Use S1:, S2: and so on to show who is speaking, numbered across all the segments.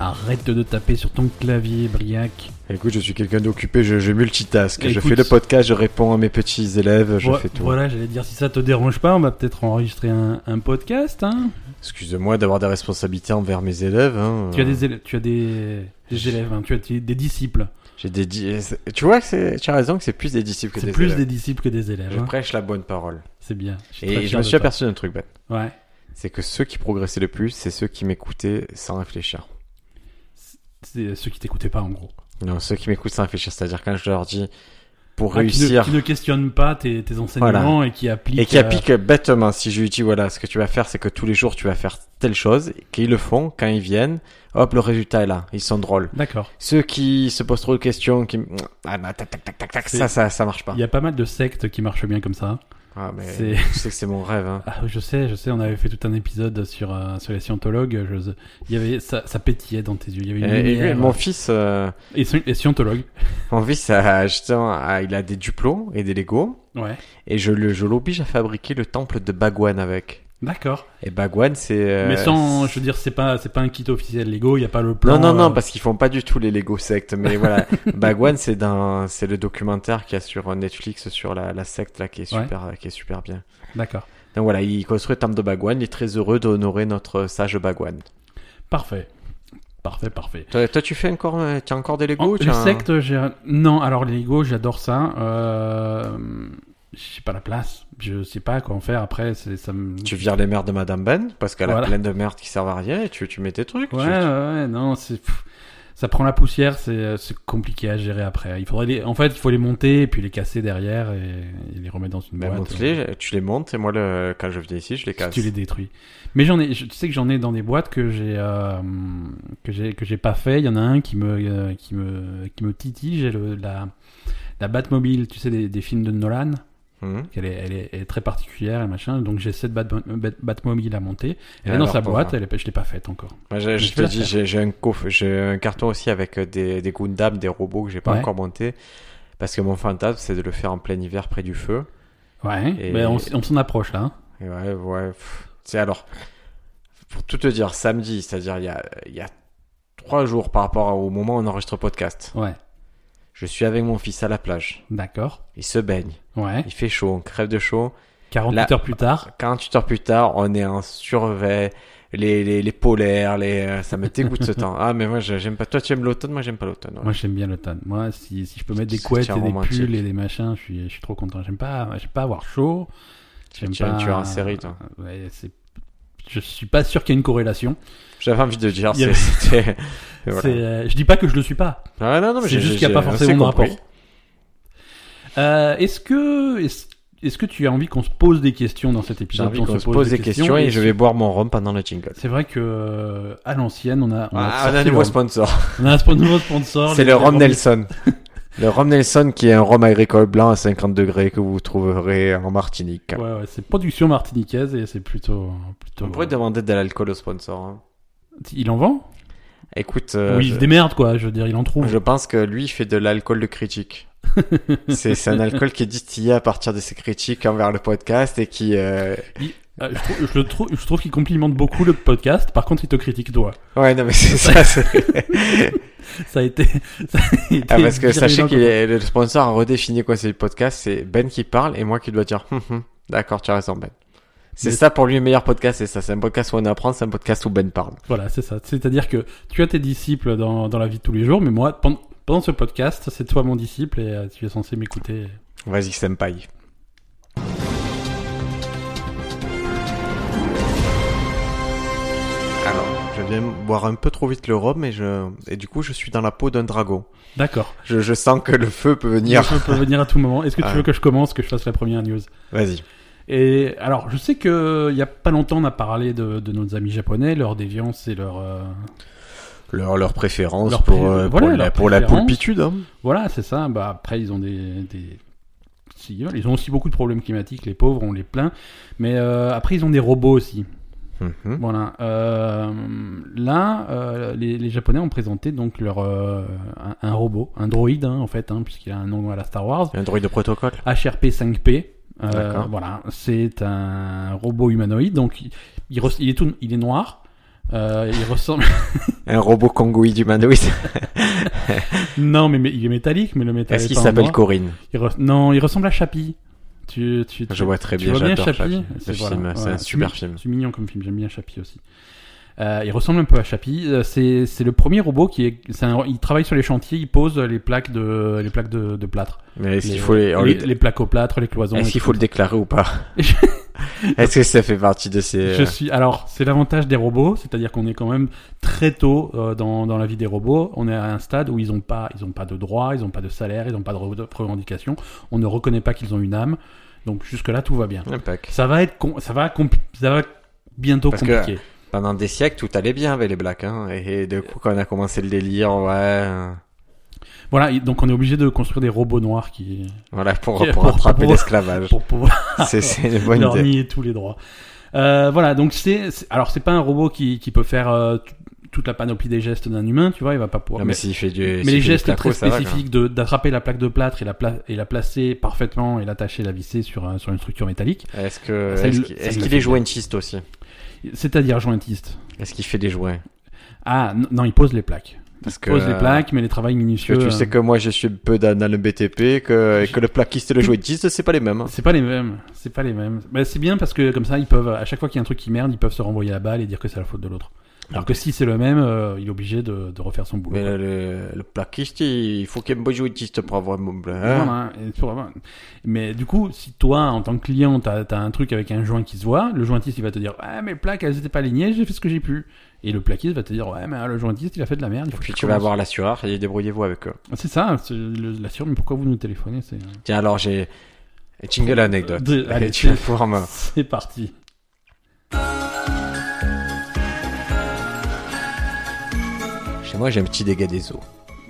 S1: Arrête de taper sur ton clavier, Briac.
S2: Écoute, je suis quelqu'un d'occupé, je, je multitask. je
S1: Écoute.
S2: fais le podcast, je réponds à mes petits élèves, je
S1: Voi-
S2: fais tout.
S1: Voilà, j'allais dire, si ça te dérange pas, on va peut-être enregistrer un, un podcast. Hein
S2: Excuse-moi d'avoir des responsabilités envers mes élèves. hein.
S1: tu as des élèves, tu as des, des élèves, hein, tu as des, des disciples.
S2: J'ai des di- Tu vois, que c'est- tu as raison que c'est plus des disciples que
S1: C'est
S2: des
S1: plus
S2: élèves.
S1: des disciples que des élèves.
S2: Je
S1: hein.
S2: prêche la bonne parole.
S1: C'est bien. suis très
S2: Et je
S1: fier
S2: me
S1: de
S2: suis
S1: toi.
S2: aperçu d'un truc, Ben.
S1: Ouais.
S2: C'est que ceux qui progressaient le plus, c'est ceux qui m'écoutaient sans réfléchir.
S1: C'est euh, ceux qui t'écoutaient pas, en gros.
S2: Non, ceux qui m'écoutent sans réfléchir, c'est-à-dire quand je leur dis pour
S1: Ah, qui, ne,
S2: réussir
S1: qui ne questionnent pas tes, tes enseignements et qui appliquent.
S2: et qui
S1: euh,
S2: appliquent bêtement. Si je lui dis voilà, ce que tu vas faire, c'est que tous les jours tu vas faire telle chose, et qu'ils le font quand ils viennent, hop, le résultat est là. Ils sont drôles.
S1: euh, D'accord.
S2: Ceux qui se posent trop de questions, qui ah bah, tac tac tac tac tac,
S1: C'est-
S2: ça ça ça marche pas.
S1: Il y a pas mal de sectes qui marchent bien comme ça.
S2: Ah mais
S1: C'est-
S2: tu sais que c'est mon rêve. Hein.
S1: Ah, je sais, je sais, on avait fait tout un épisode sur, euh, sur les scientologues. Je... Il y avait, ça, ça pétillait dans tes yeux. Il y avait
S2: Et,
S1: une
S2: et lui,
S1: lumière.
S2: mon fils, euh,
S1: Et sci- et scientologues.
S2: mon fils, a, justement, a- il a des duplos et des Lego.
S1: Ouais.
S2: Et je, le- je l'oblige à fabriquer le temple de Bagwan avec.
S1: D'accord.
S2: Et Bagwan, c'est. euh,
S1: Mais sans, je veux dire, c'est pas, c'est pas un kit officiel Lego. Il y a pas le plan.
S2: Non, non, non,
S1: euh,
S2: parce qu'ils font pas du tout les Lego sectes. Mais voilà, Bagwan, c'est dans, c'est le documentaire qu'il y a sur euh, Netflix sur la, la secte là qui est
S1: Ouais.
S2: super, qui est super bien.
S1: D'accord.
S2: Donc voilà, il construit le temple de Bagwan. Il est très heureux d'honorer notre sage Bagwan.
S1: Parfait. Parfait, parfait.
S2: Toi, toi, tu fais encore, euh, t'as encore des Lego
S1: Oh,
S2: tu
S1: les
S2: as un-
S1: sectes, j'ai... non, alors les Lego, j'adore ça. Euh... J'ai pas la place. Je sais pas quoi en faire après. C'est, ça me...
S2: Tu vires les merdes de Madame Ben parce qu'elle
S1: Voilà.
S2: a plein de merdes qui servent à rien. Et tu, tu mets tes trucs.
S1: Ouais,
S2: tu-
S1: ouais, non, c'est. pff, Ça prend la poussière, c'est euh, c'est compliqué à gérer après. Il faudrait les... En fait, il faut les monter et puis les casser derrière et, et les remettre dans une
S2: Ben,
S1: boîte.
S2: monte-les, tu les montes et moi, le, quand je viens ici, je les
S1: Si
S2: casse.
S1: tu les détruis. Mais j'en ai, je- tu sais que j'en ai dans des boîtes que j'ai euh, que j'ai que j'ai pas fait. Il y en a un qui me euh, qui me qui me titille. J'ai le la la Batmobile, tu sais des, des films de Nolan.
S2: Hmm.
S1: Elle est, elle est, elle est très particulière et machin. Donc j'ai cette Bat- Bat- Batmobile à monter. Elle
S2: Et
S1: est dans
S2: alors,
S1: sa
S2: pour-
S1: boîte. Elle est, pas- je l'ai pas faite encore.
S2: Moi, je, je
S1: tu
S2: te
S1: peux la
S2: dis,
S1: faire.
S2: j'ai j'ai un, coffre- j'ai un carton aussi avec euh, des, des Gundam, des robots que j'ai pas
S1: Ouais.
S2: encore monté. Parce que mon fantasme, c'est de le faire en plein hiver près du feu.
S1: Ouais.
S2: Et-
S1: Mais on, s- on s'en approche là. hein.
S2: Et ouais, ouais. pff. Tu sais, alors, pour tout te dire, samedi, c'est-à-dire il y a, il y a trois jours par rapport au moment où on enregistre le podcast,
S1: Ouais.
S2: je suis avec mon fils à la plage.
S1: D'accord.
S2: Il se baigne.
S1: Ouais.
S2: Il fait chaud, on crève de chaud.
S1: 48
S2: Là-
S1: heures plus tard.
S2: 48 heures plus tard, on est en survêt, les, les, les polaires, les, euh, ça me dégoûte ce temps. Ah, mais moi, je- j'aime pas. Toi, tu aimes l'automne, moi, j'aime pas l'automne. ouais.
S1: Moi j'aime bien l'automne. Moi si, si je peux mettre des
S2: C'est
S1: couettes et
S2: tiens
S1: des
S2: romantique.
S1: pulls et des machins, je suis, je suis trop content. J'aime pas, j'aime pas avoir chaud. J'aime
S2: Tu es un
S1: pas.
S2: tueur en série, toi.
S1: Ouais, c'est- Je suis pas sûr qu'il y ait une corrélation.
S2: J'avais envie de dire,
S1: Il y
S2: c'est-
S1: avait-
S2: c'était. et voilà.
S1: C'est, euh, je dis pas que je le suis pas.
S2: Ah, non, non, mais
S1: C'est
S2: j'ai-
S1: juste
S2: j'ai-
S1: qu'il n'y a pas
S2: on s'est
S1: forcément de rapport.
S2: compris.
S1: Euh, est-ce que est-ce, est-ce que tu as envie qu'on se pose des questions dans cet
S2: J'ai
S1: épisode
S2: envie
S1: On
S2: qu'on se pose des questions et je vais boire mon rhum pendant le jingle.
S1: C'est vrai que euh, à l'ancienne, on a on a,
S2: Ah, on
S1: sorti
S2: a un
S1: le
S2: nouveau
S1: rhum.
S2: sponsor.
S1: On a un sp- nouveau sponsor.
S2: C'est
S1: les-
S2: le
S1: les
S2: rhum
S1: rhum-
S2: Nelson. Le rhum Nelson qui est un rhum agricole blanc à 50 degrés que vous trouverez en Martinique.
S1: Ouais, ouais, c'est production martiniquaise et c'est plutôt plutôt.
S2: On pourrait demander de l'alcool au sponsor. hein.
S1: Il en vend
S2: Écoute, euh,
S1: Oui, il se
S2: je,
S1: démerde quoi. Je veux dire, il en trouve.
S2: je pense que lui il fait de l'alcool de critique. c'est c'est un alcool qui est distillé à partir de ses critiques envers le podcast et qui... euh,
S1: Euh, je, trou- je le trou- je trouve qu'il complimente beaucoup le podcast. Par contre, il te critique toi.
S2: Ouais, non mais c'est ça. c'est-
S1: Ça a été. ça a été
S2: Ah, parce que sachez
S1: virulent,
S2: que le sponsor a redéfini quoi c'est le podcast, c'est Ben qui parle et moi qui dois dire hum, hum, d'accord tu as raison Ben. C'est
S1: Mais-
S2: ça pour lui le meilleur podcast, c'est ça, c'est un podcast où on apprend, c'est un podcast où Ben parle.
S1: Voilà, c'est ça. C'est-à-dire que tu as tes disciples dans, dans la vie de tous les jours, mais moi, pendant, pendant ce podcast, c'est toi mon disciple et euh, tu es censé m'écouter.
S2: Vas-y Senpai. Alors, je viens boire un peu trop vite le rhum et je et du coup je suis dans la peau d'un dragon.
S1: D'accord.
S2: Je, je sens que le feu peut venir.
S1: Je peux venir à tout moment. Est-ce que tu
S2: Ah.
S1: veux que je commence, que je fasse la première news
S2: Vas-y.
S1: Et alors, je sais que il y a pas longtemps, on a parlé de, de nos amis japonais, leur déviance et leur. euh,
S2: Leur, leur préférence
S1: Leur
S2: pour,
S1: pré- voilà,
S2: euh, pour, la,
S1: leur
S2: pour la
S1: préférence.
S2: pulpitude. hein.
S1: Voilà, c'est ça. Bah, après, ils ont des. des... si, Ils ont aussi beaucoup de problèmes climatiques, les pauvres, on les plaint. Mais euh, après, ils ont des robots aussi.
S2: Mhm.
S1: Voilà. Euh, là, euh, les, les Japonais ont présenté donc leur euh, un, un robot, un droïde hein, en fait, hein, puisqu'il a un nom à la Star Wars,
S2: Un droïde de protocole.
S1: HRP5P. Euh,
S2: D'accord.
S1: voilà, c'est un robot humanoïde, donc il, il res- il est tout, il est noir. Euh, il ressemble.
S2: Un robot kangoui d'humanoïde.
S1: non, mais, mais il est métallique, mais le métal.
S2: Est-ce
S1: est
S2: qu'il
S1: pas en
S2: s'appelle
S1: noir.
S2: Corinne
S1: Il re- Non, il ressemble à Chappie. Tu, tu, tu-
S2: Je vois très
S1: tu
S2: bien,
S1: vois bien
S2: j'adore
S1: Chappie
S2: Chappie.
S1: C'est-
S2: Le
S1: voilà,
S2: film, c'est
S1: voilà.
S2: un super film.
S1: C'est mignon comme film, j'aime bien Chappie aussi. Euh, il ressemble un peu à Chappie. Euh, C'est c'est le premier robot qui est. c'est un- il travaille sur les chantiers, il pose les plaques de, les plaques de, de plâtre.
S2: Mais est-ce
S1: Les-
S2: qu'il faut les, on
S1: les,
S2: les-
S1: les plaques au plâtre, les cloisons.
S2: est-ce
S1: et
S2: qu'il
S1: tout
S2: faut le déclarer ou pas
S1: Je-
S2: Est-ce que ça fait partie de ces euh,
S1: Je suis. Alors, c'est l'avantage des robots, c'est-à-dire qu'on est quand même très tôt euh, dans, dans la vie des robots. On est à un stade où ils n'ont pas, ils ont pas de droits, ils n'ont pas de salaire, ils n'ont pas de re- de revendications. On ne reconnaît pas qu'ils ont une âme. Donc jusque là, tout va bien.
S2: Un pack.
S1: Ça va être, com- ça va, compli- ça va bientôt
S2: Parce que-
S1: compliqué.
S2: Pendant des siècles, tout allait bien avec les blacks, hein. Et, et de coup, quand on a commencé le délire, ouais, euh,
S1: Voilà, et donc on est obligé de construire des robots noirs qui
S2: voilà, pour,
S1: Pour-
S2: pour rattraper
S1: pour-
S2: l'esclavage.
S1: pour pouvoir
S2: C'est, c'est une bonne
S1: leur
S2: idée.
S1: nier tous les droits. Euh, voilà, donc c'est, c'est- alors c'est pas un robot qui, qui peut faire euh, t- toute la panoplie des gestes d'un humain, tu vois, il va pas pouvoir.
S2: Non, mais s'il fait du, s'il fait
S1: Mais les
S2: du
S1: gestes
S2: placo,
S1: très
S2: ça va, quoi.
S1: spécifiques de- d'attraper la plaque de plâtre et la, pla- et la placer parfaitement et l'attacher, la visser sur, un- sur une structure métallique,
S2: Est-ce que,
S1: Ça, il
S2: est-ce
S1: le-
S2: qu'il-
S1: ça,
S2: est-ce
S1: il le
S2: qu'il
S1: fait
S2: est jointiste aussi?
S1: c'est-à-dire jointiste.
S2: Est-ce qu'il fait des jouets?
S1: Ah n- non, il pose les plaques.
S2: Parce
S1: Il pose les plaques, mais les travaille minutieux.
S2: Parce que tu sais
S1: euh,
S2: que moi je suis un peu dans, dans le BTP, que, et que le plaquiste et le jointiste c'est pas les mêmes. hein.
S1: C'est pas les mêmes, c'est pas les mêmes. Bah, c'est bien parce que comme ça, ils peuvent, à chaque fois qu'il y a un truc qui merde, ils peuvent se renvoyer la balle et dire que c'est la faute de l'autre. Alors que si c'est le même, euh, il est obligé de, de refaire son boulot.
S2: Mais le, le- le plaquiste, il faut qu'il y ait un bon jointiste pour avoir un bon blanc. hein.
S1: Voilà, et pour avoir- Mais du coup, si toi, en tant que client, t'as as un truc avec un joint qui se voit, le jointiste, il va te dire Ah, mais les plaques, elles étaient pas alignées, j'ai fait ce que j'ai pu. Et le plaquiste va te dire Ouais, mais ah, le jointiste, il a fait de la merde. Il
S2: Et
S1: faut
S2: puis
S1: que
S2: tu vas
S1: commences.
S2: voir l'assureur et débrouillez-vous avec eux.
S1: C'est ça, hein, c'est le- la sûre, mais pourquoi vous nous téléphonez C'est
S2: Tiens, alors j'ai. Jingle anecdote.
S1: De- allez,
S2: Et tu vas
S1: c'est-
S2: pouvoir me-
S1: c'est parti.
S2: Chez moi, j'ai un petit dégât des eaux.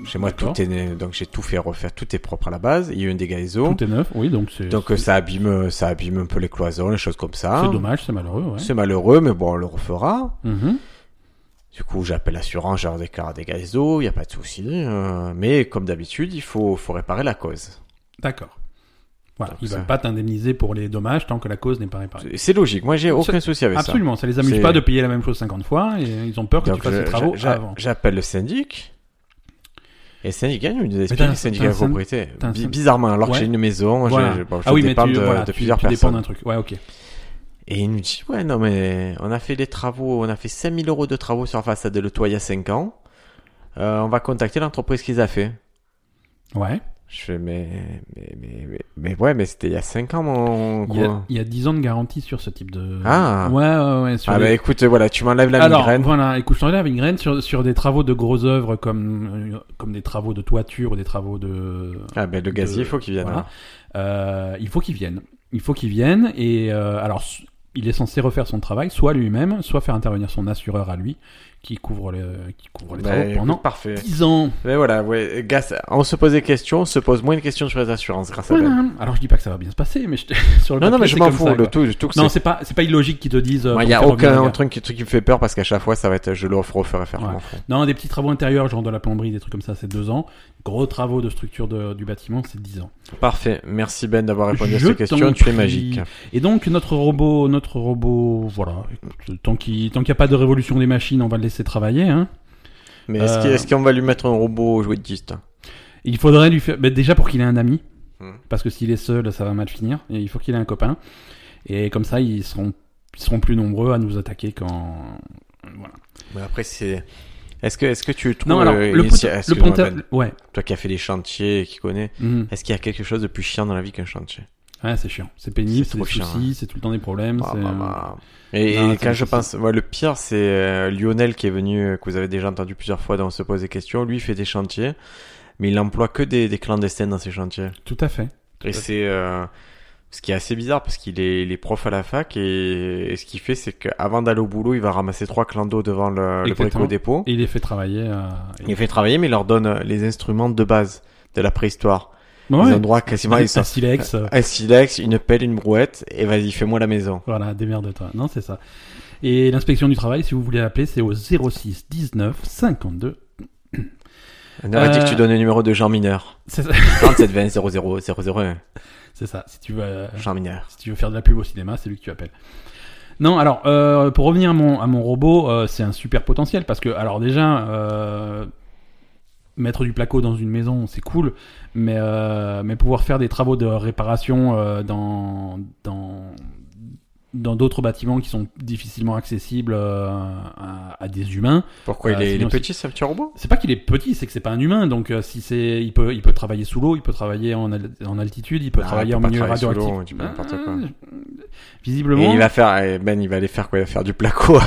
S2: Chez moi,
S1: D'accord.
S2: tout est. né- Donc j'ai tout fait refaire, tout est propre à la base. Il y a eu un dégât des eaux.
S1: Tout est neuf, oui, donc c'est
S2: Donc hein. euh, ça abîme, ça abîme un peu les cloisons, les choses comme ça.
S1: c'est dommage, c'est malheureux, ouais.
S2: C'est malheureux, mais bon, on le refera.
S1: Mhm.
S2: Du coup, j'appelle l'assurance, je leur déclare des gaz d'eau, il n'y a pas de souci. euh, mais comme d'habitude, il faut, faut réparer la cause.
S1: D'accord. Voilà,
S2: Donc
S1: ils
S2: ça-
S1: veulent pas t'indemniser pour les dommages tant que la cause n'est pas réparée.
S2: C'est- C'est logique, moi j'ai aucun souci avec
S1: Absolument, ça les amuse
S2: C'est-
S1: pas de payer la même chose 50 fois et ils ont peur
S2: ça.
S1: que tu fasses
S2: je-
S1: les travaux
S2: je- j'a-
S1: avant.
S2: j'appelle le syndic. Et le syndic gagne, il nous explique
S1: t'as un-
S2: le syndic
S1: t'as
S2: de
S1: un syn-
S2: propriété.
S1: t'as un
S2: Bi-
S1: syn-
S2: Bizarrement, alors
S1: Ouais.
S2: que j'ai une maison, je-
S1: Voilà.
S2: je, bon, je
S1: ah oui, mais
S2: dépends
S1: tu,
S2: de,
S1: voilà,
S2: de
S1: tu-
S2: plusieurs
S1: tu dépends
S2: personnes.
S1: d'un truc. Ouais, ok.
S2: Et il nous dit, ouais, non, mais on a fait les travaux, on a fait 5000 euros de travaux sur la façade de le toit il y a 5 ans. Euh, on va contacter l'entreprise qui les a fait.
S1: Ouais.
S2: Je fais, mais, mais, mais, mais, mais ouais, mais c'était il y a 5 ans, mon.
S1: Il y, a,
S2: quoi.
S1: il y a 10 ans de garantie sur ce type de.
S2: Ah.
S1: Ouais, ouais, ouais. Sur
S2: Ah,
S1: des-
S2: bah écoute, voilà, tu m'enlèves la
S1: Alors,
S2: migraine.
S1: voilà, écoute, je t'en ai la migraine sur, sur des travaux de grosses œuvres comme, euh, comme des travaux de toiture ou des travaux de.
S2: Ah, ben le gazier,
S1: de-
S2: faut qu'il vienne.
S1: voilà.
S2: hein.
S1: Euh, il faut qu'il vienne. Il faut qu'il vienne et euh, alors s- il est censé refaire son travail soit lui-même, soit faire intervenir son assureur à lui qui couvre le qui couvre les
S2: Bah,
S1: travaux
S2: écoute,
S1: pendant
S2: parfait.
S1: 10 ans.
S2: Mais voilà, ouais, Gas, on se pose des questions, on se pose moins de questions sur les assurances grâce à Ben.
S1: Voilà. Alors je dis pas que ça va bien se passer mais je te- sur le
S2: Non, non, mais
S1: papier,
S2: je
S1: c'est
S2: m'en
S1: comme
S2: fous,
S1: ça,
S2: le
S1: quoi.
S2: tout, le tout que
S1: Non,
S2: c'est.
S1: c'est pas c'est pas illogique qu'ils te disent euh,
S2: Moi,
S1: pour
S2: il n'y a
S1: faire revenir le
S2: aucun
S1: gars.
S2: truc qui, truc qui me fait peur parce qu'à chaque fois, ça va être, je le refais, refaire,
S1: Ouais.
S2: je m'en fous.
S1: Non, des petits travaux intérieurs genre de la plomberie, des trucs comme ça, c'est 2 ans. Gros travaux de structure de- du bâtiment, c'est 10 ans.
S2: Parfait. Merci Ben d'avoir répondu à
S1: Je
S2: ces questions.
S1: t'en
S2: Tu es
S1: prie.
S2: magique.
S1: Et donc notre robot, notre robot, voilà, écoute, tant qu'il tant qu'il y a pas de révolution des machines, on va le laisser travailler hein.
S2: Mais est-ce qu'il-
S1: Euh,
S2: est-ce qu'on va lui mettre un robot jouet de giste
S1: Il faudrait lui faire. bah, déjà pour qu'il ait un ami.
S2: Hmm.
S1: Parce que s'il est seul, ça va mal finir. Et il faut qu'il ait un copain. Et comme ça, ils seront, ils seront plus nombreux à nous attaquer quand. Voilà.
S2: Mais après, c'est. Est-ce que, est-ce que tu trouves.
S1: Non, alors,
S2: euh,
S1: le,
S2: une-
S1: ponte- le
S2: excuse-moi,
S1: ponteur-
S2: Ben,
S1: Ouais.
S2: toi qui as fait des chantiers et qui connais,
S1: Mhm.
S2: est-ce qu'il y a quelque chose de plus chiant dans la vie qu'un chantier
S1: Ouais, c'est chiant. C'est pénible,
S2: C'est
S1: c'est des
S2: trop chiant,
S1: soucis, c'est tout le temps des problèmes.
S2: Bah,
S1: c'est,
S2: bah,
S1: euh,
S2: bah. Et,
S1: Non,
S2: et
S1: c'est
S2: quand je
S1: difficile.
S2: pense, ouais, le pire, c'est euh, Lionel qui est venu, euh, que vous avez déjà entendu plusieurs fois dans On se pose des questions. Lui, il fait des chantiers, mais il emploie que des, des clandestins dans ses chantiers.
S1: Tout à fait.
S2: Et c'est euh, ce qui est assez bizarre parce qu'il est, il est prof à la fac et, et ce qu'il fait, c'est qu'avant d'aller au boulot, il va ramasser trois clandos devant le, le
S1: Exactement.
S2: brico dépôt.
S1: Et il les fait travailler. euh, et-
S2: Il fait travailler, mais il leur donne euh, les instruments de base de la préhistoire.
S1: Bah
S2: Les
S1: ouais.
S2: endroits quasiment ils
S1: Un
S2: sortent
S1: silex. euh,
S2: un silex, une pelle, une brouette et vas-y, fais-moi la maison.
S1: Voilà, démerde-toi. Non, c'est ça. Et l'inspection du travail, si vous voulez l'appeler, c'est au 06 19 52.
S2: On aurait dit que
S1: Euh,
S2: tu donnes le numéro de Jean Mineur.
S1: C'est ça.
S2: 37 20 00 001.
S1: C'est ça. Si tu veux. euh,
S2: Jean Mineur.
S1: Si tu veux faire de la pub au cinéma, c'est lui que tu appelles. Non, alors euh, pour revenir à mon, à mon robot, euh, c'est un super potentiel parce que, alors déjà, euh, mettre du placo dans une maison, c'est cool, mais, euh, mais pouvoir faire des travaux de réparation euh, dans dans dans d'autres bâtiments qui sont difficilement accessibles euh, à, à des humains.
S2: Pourquoi
S1: Euh,
S2: il, est, il est
S1: sinon,
S2: petit, ce petit robot
S1: C'est pas qu'il est petit, c'est que c'est pas un humain. Donc euh, si c'est, il peut, il peut travailler sous l'eau, il peut travailler en, al- en altitude, il peut
S2: Ah,
S1: travailler
S2: il peut
S1: en
S2: pas
S1: milieu
S2: travailler sous
S1: radioactif.
S2: l'eau, tu peux n'importe quoi.
S1: je- visiblement,
S2: Et il va faire, eh, Ben, il va aller faire quoi Il va faire du placo à,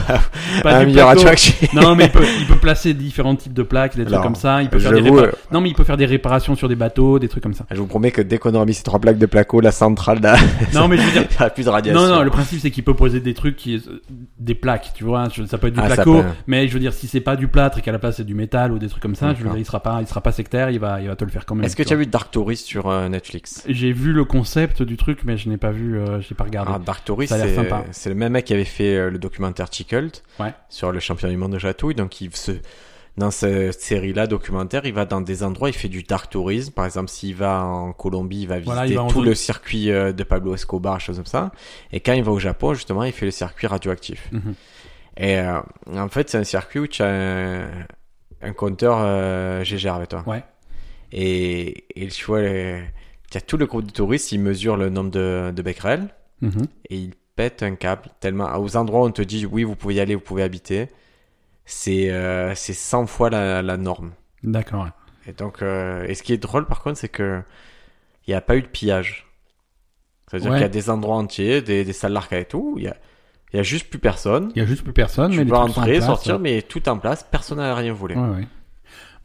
S1: pas
S2: à un
S1: du
S2: milieu
S1: plateau.
S2: radioactif.
S1: Non, mais il peut, il peut placer différents types de plaques, des trucs
S2: Alors,
S1: comme ça. Il peut
S2: Je
S1: faire des
S2: vous,
S1: répa- Non, mais il peut faire des réparations sur des bateaux, des trucs comme ça.
S2: je vous promets que dès qu'on aura mis ces trois plaques de placo, la centrale, là,
S1: Non, mais je veux dire.
S2: il n'y aura plus de radiation.
S1: Non, non, le principe c'est qu'il peut poser des trucs qui, euh, des plaques, tu vois, je- ça peut être du
S2: Ah, ça
S1: placo,
S2: peut.
S1: mais je veux dire si c'est pas du plâtre et qu'à la place c'est du métal ou des trucs comme ça, je veux
S2: D'accord.
S1: dire il sera pas, il sera pas sectaire, il va, il va te le faire quand même.
S2: Est-ce que
S1: tu
S2: tu as
S1: vois.
S2: vu Dark Tourist sur euh, Netflix
S1: J'ai vu le concept du truc, mais je n'ai pas vu, euh, j'ai pas regardé.
S2: Ah, Dark Tourist,
S1: Ça a l'air
S2: c'est-
S1: sympa.
S2: c'est le même mec qui avait fait euh, le documentaire Chicult
S1: Ouais.
S2: sur le champion du monde de chatouille. Donc, il se, dans cette série-là, documentaire, il va dans des endroits, il fait du dark tourisme. Par exemple, s'il va en Colombie, il va visiter
S1: Voilà, il va en
S2: tout
S1: zone-
S2: le circuit euh, de Pablo Escobar, choses comme ça. Et quand il va au Japon, justement, il fait le circuit radioactif.
S1: Mhm.
S2: Et euh, en fait, c'est un circuit où tu as un, un compteur euh, GGR avec toi.
S1: Ouais.
S2: Et, et tu vois, les- tu as tout le groupe de touristes, ils mesurent le nombre de, de becquerels
S1: Mhm.
S2: et il pète un câble tellement aux endroits où on te dit oui vous pouvez y aller vous pouvez habiter c'est euh, c'est 100 fois la, la norme
S1: D'accord. ouais.
S2: et donc euh, et ce qui est drôle par contre c'est que il n'y a pas eu de pillage c'est à dire
S1: Ouais.
S2: qu'il y a des endroits entiers des, des salles d'arcade et tout il y a il y a juste plus personne
S1: Il y a juste plus personne, mais
S2: tu
S1: les
S2: peux
S1: trucs sont en
S2: entrer
S1: place,
S2: sortir
S1: ouais.
S2: mais tout en place personne n'a rien volé
S1: Ouais, ouais.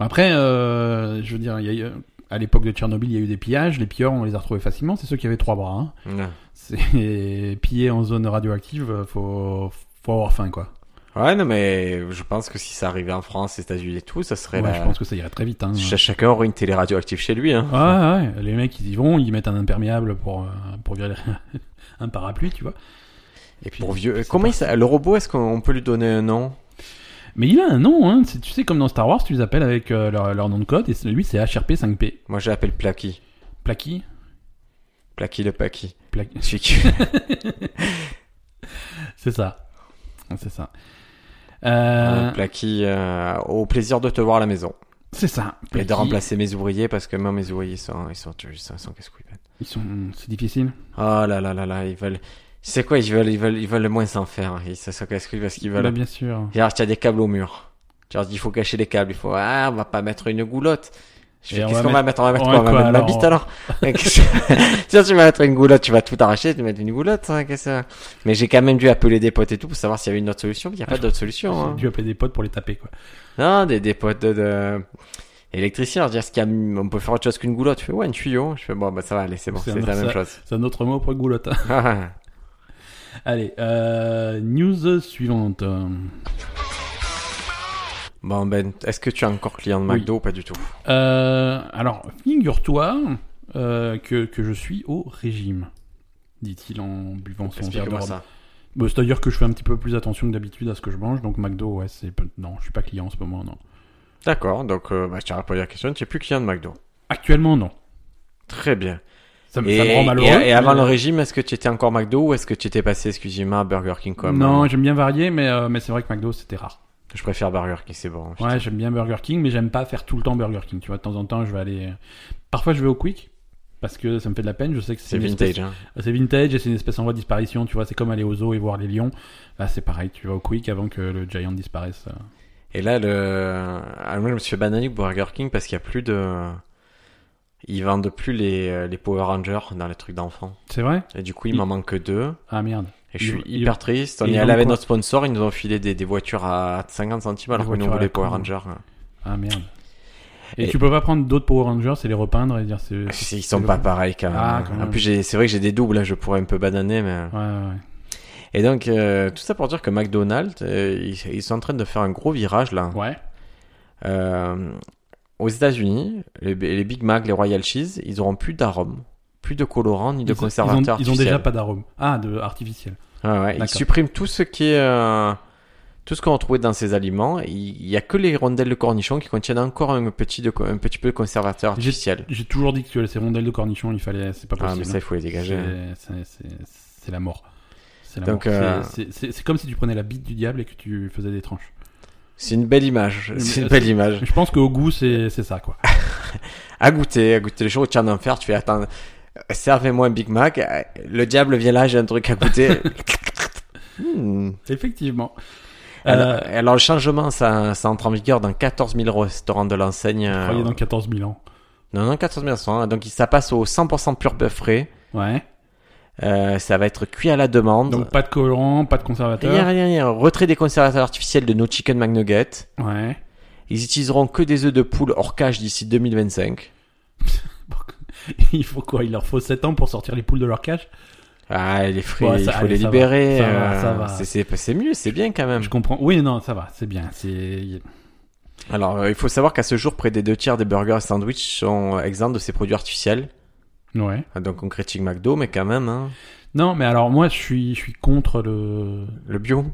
S1: Après, euh, je veux dire, il y a eu- à l'époque de Tchernobyl, il y a eu des pillages. Les pilleurs, on les a retrouvés facilement. C'est ceux qui avaient trois bras. Hein.
S2: Ouais.
S1: C'est piller en zone radioactive, euh, faut, faut avoir faim, quoi.
S2: ouais non mais je pense que si ça arrivait en France aux États-Unis et tout ça serait
S1: Ouais,
S2: la-
S1: Je pense que ça irait très vite. Hein.
S2: Ch- chacun aurait une télé radioactive chez lui hein.
S1: Ouais, ouais, ouais. les mecs, ils y vont, ils mettent un imperméable pour, euh, pour virer un parapluie, tu vois.
S2: Et
S1: Puis-
S2: pour vieux,
S1: puis c'est
S2: comment il
S1: parti.
S2: s'a- le robot Est-ce qu'on peut lui donner un nom
S1: Mais il a un nom, hein. C'est- tu sais, comme dans Star Wars, tu les appelles avec euh, leur, leur nom de code, et c'est- lui, c'est HRP5P.
S2: Moi, je l'appelle Plaki.
S1: Plaki
S2: Plaki le Paki.
S1: Plaki.
S2: Celui qui-
S1: C'est ça. C'est ça. Euh,
S2: Euh, Plaki, euh, au plaisir de te voir à la maison
S1: c'est ça.
S2: et de
S1: Plaki,
S2: remplacer mes ouvriers parce que moi, mes ouvriers ils sont, ils sont, ils sont, ils sont casse-couilles. Ben.
S1: Ils sont, c'est difficile.
S2: Oh là là là là, ils veulent. C'est quoi Ils veulent, ils veulent, ils veulent le moins s'en faire. hein. Ils se sont casse-couilles parce qu'ils
S1: Bah,
S2: veulent.
S1: bien sûr.
S2: Et alors, tu as des câbles au mur. Tu leur dis, il faut cacher les câbles. Il faut, ah, on va pas mettre une goulotte. Je
S1: Et
S2: fais,
S1: on
S2: qu'est-ce
S1: va
S2: qu'on va mettre On va mettre
S1: on
S2: quoi On
S1: va
S2: va mettre
S1: quoi,
S2: ma
S1: alors
S2: bite alors Mais qu'est-ce que- Tiens, tu vas mettre une goulotte, tu vas tout arracher, tu vas mettre une goulotte. hein, qu'est-ce que- Mais j'ai quand même dû appeler des potes et tout pour savoir s'il y avait une autre solution. Il n'y a pas d'autre solution.
S1: J'ai
S2: hein.
S1: dû appeler des potes pour les taper, quoi.
S2: Non, des, des potes de, de... électriciens, leur dire, est-ce qu'il y a- on peut faire autre chose qu'une goulotte Je fais, ouais, un tuyau. Je fais, bon, bah ça va, allez, c'est bon,
S1: C'est
S2: c'est
S1: un-
S2: la même
S1: ça-
S2: chose.
S1: C'est un autre mot pour goulotte. Allez, euh, news suivante. Euh,
S2: bon, Ben, est-ce que tu es encore client de
S1: Oui.
S2: McDo ou pas du tout
S1: euh, alors, figure-toi euh, que, que je suis au régime, dit-il en buvant son verre de
S2: Explique-moi
S1: rhum.
S2: ça.
S1: Bah, C'est-à-dire que je fais un petit peu plus attention que d'habitude à ce que je mange, donc McDo, ouais, c'est... peu- Non, je suis pas client en ce moment, non.
S2: D'accord, donc euh, bah, je t'ai répondu à la question, tu es plus client de McDo.
S1: Actuellement, non.
S2: Très bien.
S1: Ça, me-
S2: Et,
S1: ça me rend
S2: et-
S1: malheureux.
S2: et avant
S1: mais- euh,
S2: le régime, est-ce que tu étais encore McDo ou est-ce que tu étais passé exclusivement à Burger King comme
S1: Non,
S2: euh,
S1: j'aime bien varier, mais, euh, mais c'est vrai que McDo, c'était rare.
S2: je préfère Burger King, c'est bon.
S1: Ouais, j'aime bien Burger King, mais j'aime pas faire tout le temps Burger King. Tu vois, de temps en temps, je vais aller. Parfois, je vais au Quick parce que ça me fait de la peine. Je sais que c'est
S2: C'est
S1: une
S2: vintage.
S1: espèce-
S2: Hein.
S1: C'est vintage et c'est une espèce en voie de disparition. Tu vois, c'est comme aller aux zoo et voir les lions. Là, c'est pareil. Tu vas au Quick avant que le Giant disparaisse. euh.
S2: Et là, le... ah, moi, je me suis fait bananer pour Burger King parce qu'il n'y a plus de. Ils vendent plus les, euh, les Power Rangers dans les trucs d'enfants.
S1: C'est vrai
S2: Et du coup, il
S1: Ils-
S2: m'en manque deux.
S1: Ah merde.
S2: Et je suis
S1: Ils- ils-
S2: hyper triste. On
S1: ils
S2: est
S1: vendent
S2: allé avec
S1: quoi
S2: notre sponsor, ils nous ont filé des, des voitures à 50 centimes alors que nous
S1: voitures
S2: on
S1: à
S2: voulait
S1: la con.
S2: Power Rangers.
S1: Ah merde. Et,
S2: Et-
S1: tu peux pas prendre d'autres Power Rangers et les repeindre et dire c'est.
S2: Ah, si, Ils sont
S1: c'est-
S2: pas pareils quand même.
S1: Ah, quand
S2: en
S1: même.
S2: plus, j'ai- c'est vrai que j'ai des doubles, là, je pourrais un peu bananer, mais.
S1: Ouais, ouais, ouais.
S2: Et donc, euh, tout ça pour dire que McDonald's, euh, ils, ils sont en train de faire un gros virage là.
S1: Ouais.
S2: Euh, aux États-Unis, les, les Big Mac, les Royal Cheese, ils auront plus d'arômes, plus de colorants ni de
S1: Ils- ils ont-
S2: conservateurs
S1: Ils ont déjà
S2: artificiels.
S1: pas d'arôme. Ah, de artificiel.
S2: Ouais, ouais, Ils
S1: D'accord.
S2: suppriment tout ce qui est euh, tout ce qu'on trouvait dans ces aliments. Il n'y a que les rondelles de cornichons qui contiennent encore un petit, de, un petit peu de conservateur
S1: J'ai-
S2: artificiel.
S1: J'ai toujours dit que tu as ces rondelles de cornichon, il fallait. C'est pas
S2: Ah, mais
S1: possible. hein.
S2: ça, il faut les dégager.
S1: C'est- c'est- C'est c'est la mort. C'est la
S2: Donc,
S1: mort. C'est-
S2: euh,
S1: c'est- C'est c'est comme si tu prenais la bite du diable et que tu faisais des tranches.
S2: C'est une belle image.
S1: Mais
S2: C'est une
S1: c'est-
S2: belle image.
S1: Je pense qu'au goût, c'est c'est ça, quoi.
S2: À goûter, à goûter. Le jour où tu es en enfer, tu fais attends, euh, servez-moi un Big Mac. euh, Le diable vient là, j'ai un truc à goûter.
S1: Euh,
S2: Hmm.
S1: Effectivement.
S2: alors,
S1: Euh,
S2: alors, le changement, ça, ça entre en vigueur dans 14 000 restaurants de l'enseigne. euh,
S1: croyez dans 14 000 ans.
S2: Non, non, 14 000 restaurants. hein. Donc ça passe au 100% pur bœuf frais.
S1: Ouais.
S2: Euh, ça va être cuit à la demande.
S1: Donc pas de colorant, pas de conservateur.
S2: Rien, rien, rien. Retrait des conservateurs artificiels de nos chicken McNuggets.
S1: Ouais.
S2: Ils utiliseront que des œufs de poule hors cage d'ici 2025.
S1: il faut quoi Il leur faut 7 ans pour sortir les poules de leur cage
S2: Ah, les fruits,
S1: Ouais, ça-
S2: il faut
S1: allez,
S2: les
S1: ça va.
S2: libérer.
S1: Ça va,
S2: euh,
S1: ça va.
S2: c'est- C'est c'est mieux, c'est bien quand même.
S1: Je comprends. Oui, non, ça va, c'est bien. C'est
S2: Alors, euh, il faut savoir qu'à ce jour, près des deux tiers des burgers et sandwichs sont euh, exempts de ces produits artificiels.
S1: ouais.
S2: Ah, Donc, on critique McDo, mais quand même, hein.
S1: Non, mais alors moi, je suis, je suis contre le.
S2: le bio.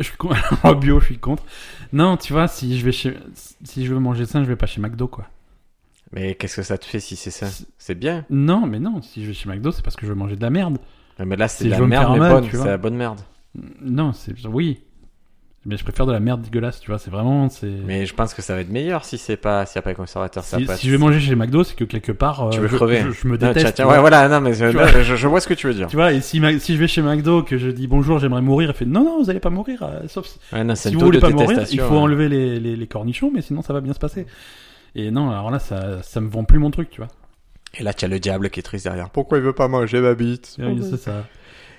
S1: Je suis con- en bio, je suis contre. Non, tu vois, si je vais chez, si je veux manger ça, je vais pas chez McDo, quoi.
S2: Mais qu'est-ce que ça te fait si c'est ça
S1: C'est-
S2: C'est bien.
S1: Non, mais non, si je vais chez McDo, c'est parce que je veux manger de la merde.
S2: Mais là, c'est
S1: Si
S2: de
S1: je
S2: la
S1: veux me
S2: merde,
S1: faire
S2: mais
S1: mal,
S2: bonne.
S1: tu
S2: C'est
S1: vois. Mm.
S2: la bonne merde.
S1: Non, c'est oui, mais je préfère de la merde dégueulasse, tu vois. C'est vraiment, c'est.
S2: Mais je pense que ça va être meilleur si c'est pas s'il n'y a pas de conservateur. ça
S1: si,
S2: passe.
S1: si je vais manger chez McDo, c'est que quelque part, euh,
S2: Tu veux
S1: je,
S2: crever.
S1: je- je me
S2: Non,
S1: déteste.
S2: tiens, tiens,
S1: tu
S2: ouais,
S1: vois.
S2: voilà, non, mais je,
S1: Tu
S2: non,
S1: vois.
S2: je, je vois ce que tu veux dire.
S1: Tu vois, et si, ma- si je vais chez McDo, que je dis bonjour, j'aimerais mourir, il fait non, non, vous allez pas mourir, euh, sauf si,
S2: Ouais, non, c'est
S1: si
S2: le
S1: vous
S2: taux de
S1: voulez pas mourir, il
S2: détestation,
S1: faut
S2: hein.
S1: enlever les, les, les cornichons, mais sinon ça va bien se passer. Et non, alors là, ça, ça me vend plus mon truc, tu vois.
S2: Et là, tu as le diable qui est triste derrière. Pourquoi il veut pas manger ma bite
S1: C'est ça.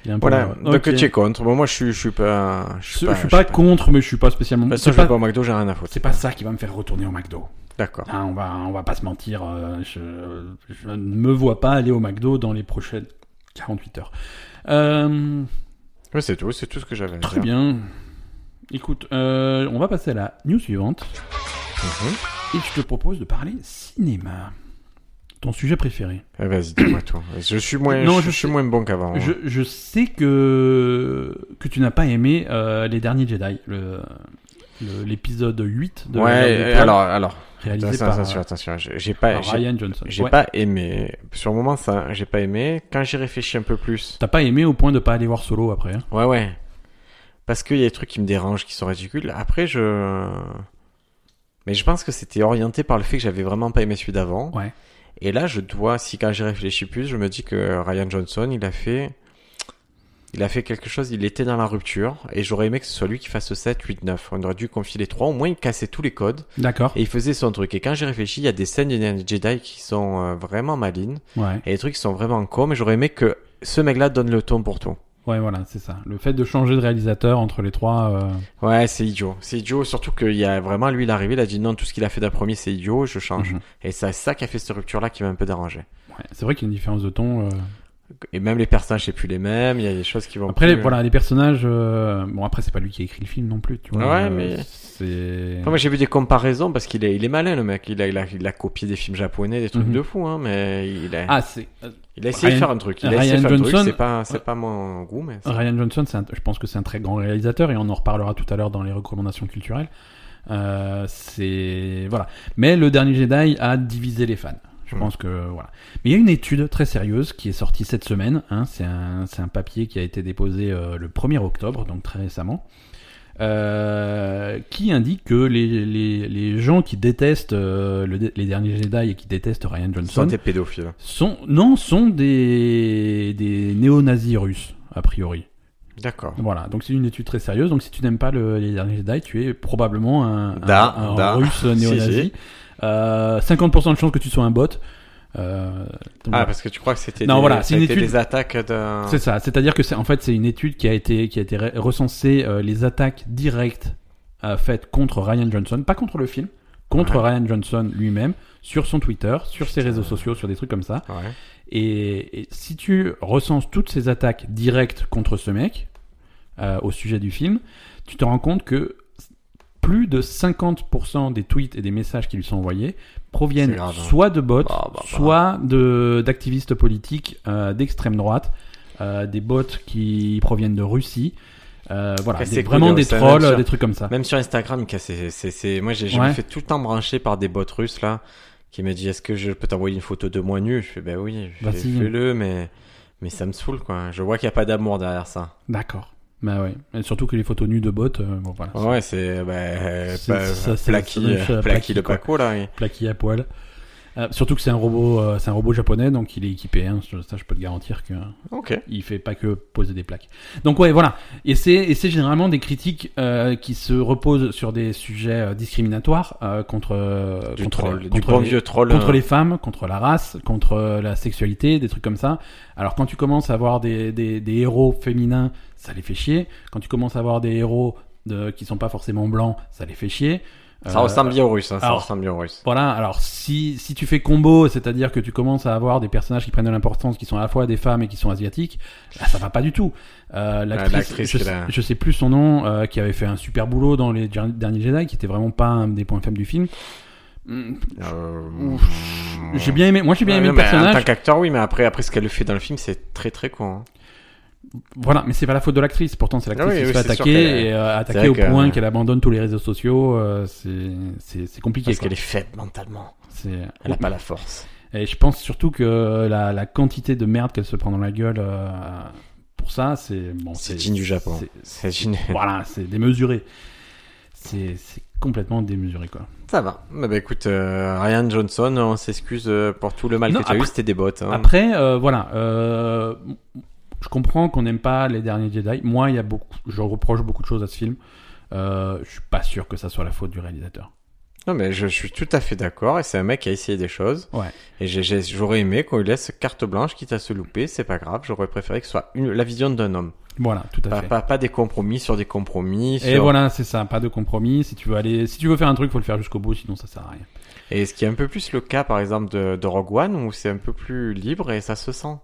S1: Il est un peu
S2: Voilà,
S1: malheureux.
S2: donc
S1: Ok.
S2: tu es contre. Bon, moi, je suis, je suis pas. Je
S1: Je, je suis pas contre, mais je suis pas spécialement.
S2: De toute façon,
S1: C'est
S2: je vais
S1: pas,
S2: pas au McDo, j'ai rien à foutre.
S1: c'est pas ça qui va me faire retourner au McDo.
S2: D'accord.
S1: Hein, on va, on va pas se mentir. euh, je, je ne me vois pas aller au McDo dans les prochaines 48 heures. Euh,
S2: Ouais, c'est tout, c'est tout ce que j'avais. à
S1: très
S2: dire.
S1: bien. Écoute, euh, on va passer à la news suivante.
S2: Mhm.
S1: Et je te propose de parler cinéma. Ton sujet préféré.
S2: Eh, Vas-y, dis-moi tout. Je suis moins,
S1: Non,
S2: je,
S1: je sais-
S2: suis moins bon qu'avant. hein.
S1: Je, je sais que, que tu n'as pas aimé euh, Les Derniers Jedi, le- le- l'épisode 8 de
S2: ouais,
S1: La Guerre des
S2: euh,
S1: Étoiles,
S2: alors, alors.
S1: réalisé
S2: Attention,
S1: par, euh,
S2: attention, attention. J'ai j'ai pas,
S1: par
S2: j'ai-
S1: Ryan Johnson.
S2: j'ai
S1: Ouais.
S2: pas aimé. Sur le moment, ça, j'ai pas aimé. Quand j'y réfléchis un peu plus.
S1: T'as pas aimé au point de pas aller voir Solo après. hein.
S2: Ouais, ouais. Parce qu'il y a des trucs qui me dérangent, qui sont ridicules. Après, je. Mais je pense que c'était orienté par le fait que j'avais vraiment pas aimé celui d'avant.
S1: Ouais.
S2: Et là, je dois, si quand j'y réfléchis plus, je me dis que Ryan Johnson, il a fait. Il a fait quelque chose, il était dans la rupture. Et j'aurais aimé que ce soit lui qui fasse le 7, 8, 9. On aurait dû confier les trois. Au moins, il cassait tous les codes.
S1: D'accord.
S2: Et il faisait son truc. Et quand j'y réfléchis, il y a des scènes de Jedi qui sont euh, vraiment malines.
S1: Ouais.
S2: Et des trucs qui sont vraiment cons. Mais j'aurais aimé que ce mec-là donne le ton pour tout.
S1: Ouais, voilà, c'est ça. Le fait de changer de réalisateur entre les trois. euh,
S2: Ouais, c'est idiot. C'est idiot, surtout qu'il y a vraiment, lui, il est arrivé, il a dit non, tout ce qu'il a fait d'un premier, c'est idiot, je change.
S1: mhm.
S2: Et c'est ça qui a fait cette rupture-là qui m'a un peu dérangé.
S1: Ouais, C'est vrai qu'il y a une différence de ton. euh.
S2: Et même les personnages, c'est plus les mêmes, il y a des choses qui vont.
S1: Après,
S2: plus...
S1: les- voilà, les personnages. euh, Bon, après, c'est pas lui qui a écrit le film non plus, tu vois.
S2: Ouais,
S1: euh,
S2: mais-
S1: C'est.
S2: Non, mais j'ai vu des comparaisons parce qu'il est, il est malin, le mec. Il a, il a, il a copié des films japonais, des trucs
S1: Mhm.
S2: de fou, hein, mais il a,
S1: Ah, c'est. euh,
S2: il a essayé de
S1: Ryan-
S2: faire un truc. Il a
S1: Ryan
S2: essayé de faire un
S1: Johnson-
S2: truc, c'est pas, c'est pas mon goût, mais. c'est-
S1: Ryan Johnson, c'est un- je pense que c'est un très grand réalisateur et on en reparlera tout à l'heure dans les recommandations culturelles. Euh, c'est voilà. Mais le dernier Jedi a divisé les fans. Je
S2: Mm.
S1: pense que voilà. Mais il y a une étude très sérieuse qui est sortie cette semaine. hein. c'est un c'est un papier qui a été déposé euh, le 1er octobre, donc très récemment, euh, qui indique que les, les, les gens qui détestent euh, le- les derniers Jedi et qui détestent Ryan
S2: Soit
S1: Johnson
S2: t'es pédophile.
S1: sont non sont des des néo-nazis russes a priori.
S2: D'accord.
S1: Voilà, donc c'est une étude très sérieuse. Donc si tu n'aimes pas le, les derniers Jedi, tu es probablement un, un-
S2: Da,
S1: un
S2: da.
S1: russe
S2: Si,
S1: néo-nazi.
S2: si.
S1: Euh, 50% de chances que tu sois un bot. Euh, donc
S2: Ah,
S1: voilà.
S2: parce que tu crois que c'était
S1: Non,
S2: des,
S1: voilà,
S2: ça
S1: c'est
S2: a
S1: une
S2: été
S1: étude-
S2: des attaques de.
S1: C'est ça, c'est-à-dire que c'est en fait c'est une étude qui a été qui a été re- recensée euh, les attaques directes euh, faites contre Ryan Johnson, pas contre le film, contre
S2: Ouais.
S1: Ryan Johnson lui-même sur son Twitter, sur ses réseaux sociaux, sur des trucs comme ça.
S2: Ouais.
S1: Et, et si tu recenses toutes ces attaques directes contre ce mec, euh, au sujet du film, tu te rends compte que plus de 50% des tweets et des messages qui lui sont envoyés proviennent
S2: C'est grave, hein.
S1: soit de bots,
S2: Bah, bah, bah.
S1: soit de d'activistes politiques euh, d'extrême droite, euh, des bots qui proviennent de Russie, euh, voilà,
S2: Casser
S1: des-
S2: couilles,
S1: vraiment
S2: ouais,
S1: des
S2: ça,
S1: trolls,
S2: bien sûr.
S1: des trucs comme ça.
S2: Même sur Instagram, qu'à- c'est, c'est, c'est... moi j'ai, je me
S1: Ouais.
S2: fais tout le temps brancher par des bots russes là, qui me disent est-ce que je peux t'envoyer une photo de moi nu Je fais ben oui,
S1: Bah,
S2: fais-
S1: si.
S2: fais-le, mais Mais ça me saoule, quoi. Je vois qu'il n'y a pas d'amour derrière ça.
S1: D'accord. Bah ouais. Et surtout que les photos nues de bottes, euh, bon voilà.
S2: Ouais, c'est. Bah, euh,
S1: C'est-
S2: bah,
S1: c'est ça, c'est-
S2: Plaki,
S1: ça doit être, euh,
S2: euh,
S1: Plaki,
S2: Plaki le
S1: quoi.
S2: Paco, là. oui.
S1: Plaqué à poil. Euh, surtout que c'est un robot, euh, c'est un robot japonais, donc il est équipé. hein. Je- Ça, je peux te garantir que hein,
S2: Ok.
S1: il fait pas que poser des plaques. Donc ouais, voilà. Et c'est et c'est généralement des critiques euh, qui se reposent sur des sujets euh, discriminatoires euh, contre euh,
S2: Du
S1: contre
S2: troll.
S1: les-
S2: Du
S1: contre
S2: bon
S1: les-
S2: vieux troll.
S1: contre
S2: euh,
S1: les femmes, contre la race, contre euh, la sexualité, des trucs comme ça. Alors quand tu commences à avoir des, des, des héros féminins, ça les fait chier. Quand tu commences à avoir des héros de, qui sont pas forcément blancs, ça les fait chier.
S2: Ça
S1: Euh,
S2: ressemble bien aux Russes, hein, ça
S1: alors-
S2: ressemble bien aux Russes.
S1: Voilà, alors si, si tu fais combo, c'est-à-dire que tu commences à avoir des personnages qui prennent de l'importance, qui sont à la fois des femmes et qui sont asiatiques, là, ça va pas du tout. Euh,
S2: l'actrice
S1: L'actrice, je,
S2: qui l'a-
S1: je sais plus son nom, euh, qui avait fait un super boulot dans les Jer- derniers Jedi, qui était vraiment pas un des points faibles du film. Mm,
S2: Euh,
S1: J'ai bien aimé, moi j'ai bien
S2: Ouais,
S1: aimé
S2: non,
S1: le
S2: mais En tant
S1: personnage.
S2: qu'acteur, oui, mais après, après ce qu'elle fait dans le film, c'est très très con. hein.
S1: Voilà, mais c'est pas la faute de l'actrice. Pourtant, c'est l'actrice
S2: Ah oui,
S1: qui se
S2: oui,
S1: fait
S2: c'est sûr
S1: attaquer
S2: qu'elle-
S1: et euh, attaquer
S2: vrai
S1: au
S2: que-
S1: point qu'elle abandonne tous les réseaux sociaux. euh, c'est- c'est c'est compliqué.
S2: Parce
S1: quoi.
S2: qu'elle est faible mentalement.
S1: C'est-
S2: Elle n'a pas la force.
S1: Et je pense surtout que la, la quantité de merde qu'elle se prend dans la gueule euh, pour ça, c'est bon,
S2: C'est digne du Japon.
S1: c'est-
S2: C'est digne.
S1: Voilà, c'est démesuré. C'est c'est complètement démesuré quoi.
S2: Ça va. Bah, bah, écoute, euh, Ryan Johnson, on s'excuse euh, pour tout le mal
S1: Non,
S2: que tu as eu,
S1: après-
S2: c'était des bottes. hein.
S1: Après, euh, voilà, euh, je comprends qu'on n'aime pas les derniers Jedi. Moi, il y a beaucoup, je reproche beaucoup de choses à ce film. Euh, je suis pas sûr que ça soit la faute du réalisateur.
S2: Non, mais je, je suis tout à fait d'accord, et c'est un mec qui a essayé des choses.
S1: Ouais.
S2: Et j'ai- j'ai- j'aurais aimé qu'on lui laisse carte blanche, quitte à se louper, c'est pas grave, j'aurais préféré que ce soit une, la vision d'un homme.
S1: Voilà, tout à
S2: Pas,
S1: fait.
S2: pas, pas des compromis sur des compromis.
S1: Et
S2: sur-
S1: voilà, c'est ça, pas de compromis. Si tu veux aller, si tu veux faire un truc, faut le faire jusqu'au bout, sinon ça sert à rien.
S2: Et ce qui est un peu plus le cas, par exemple, de, de Rogue One, où c'est un peu plus libre et ça se sent.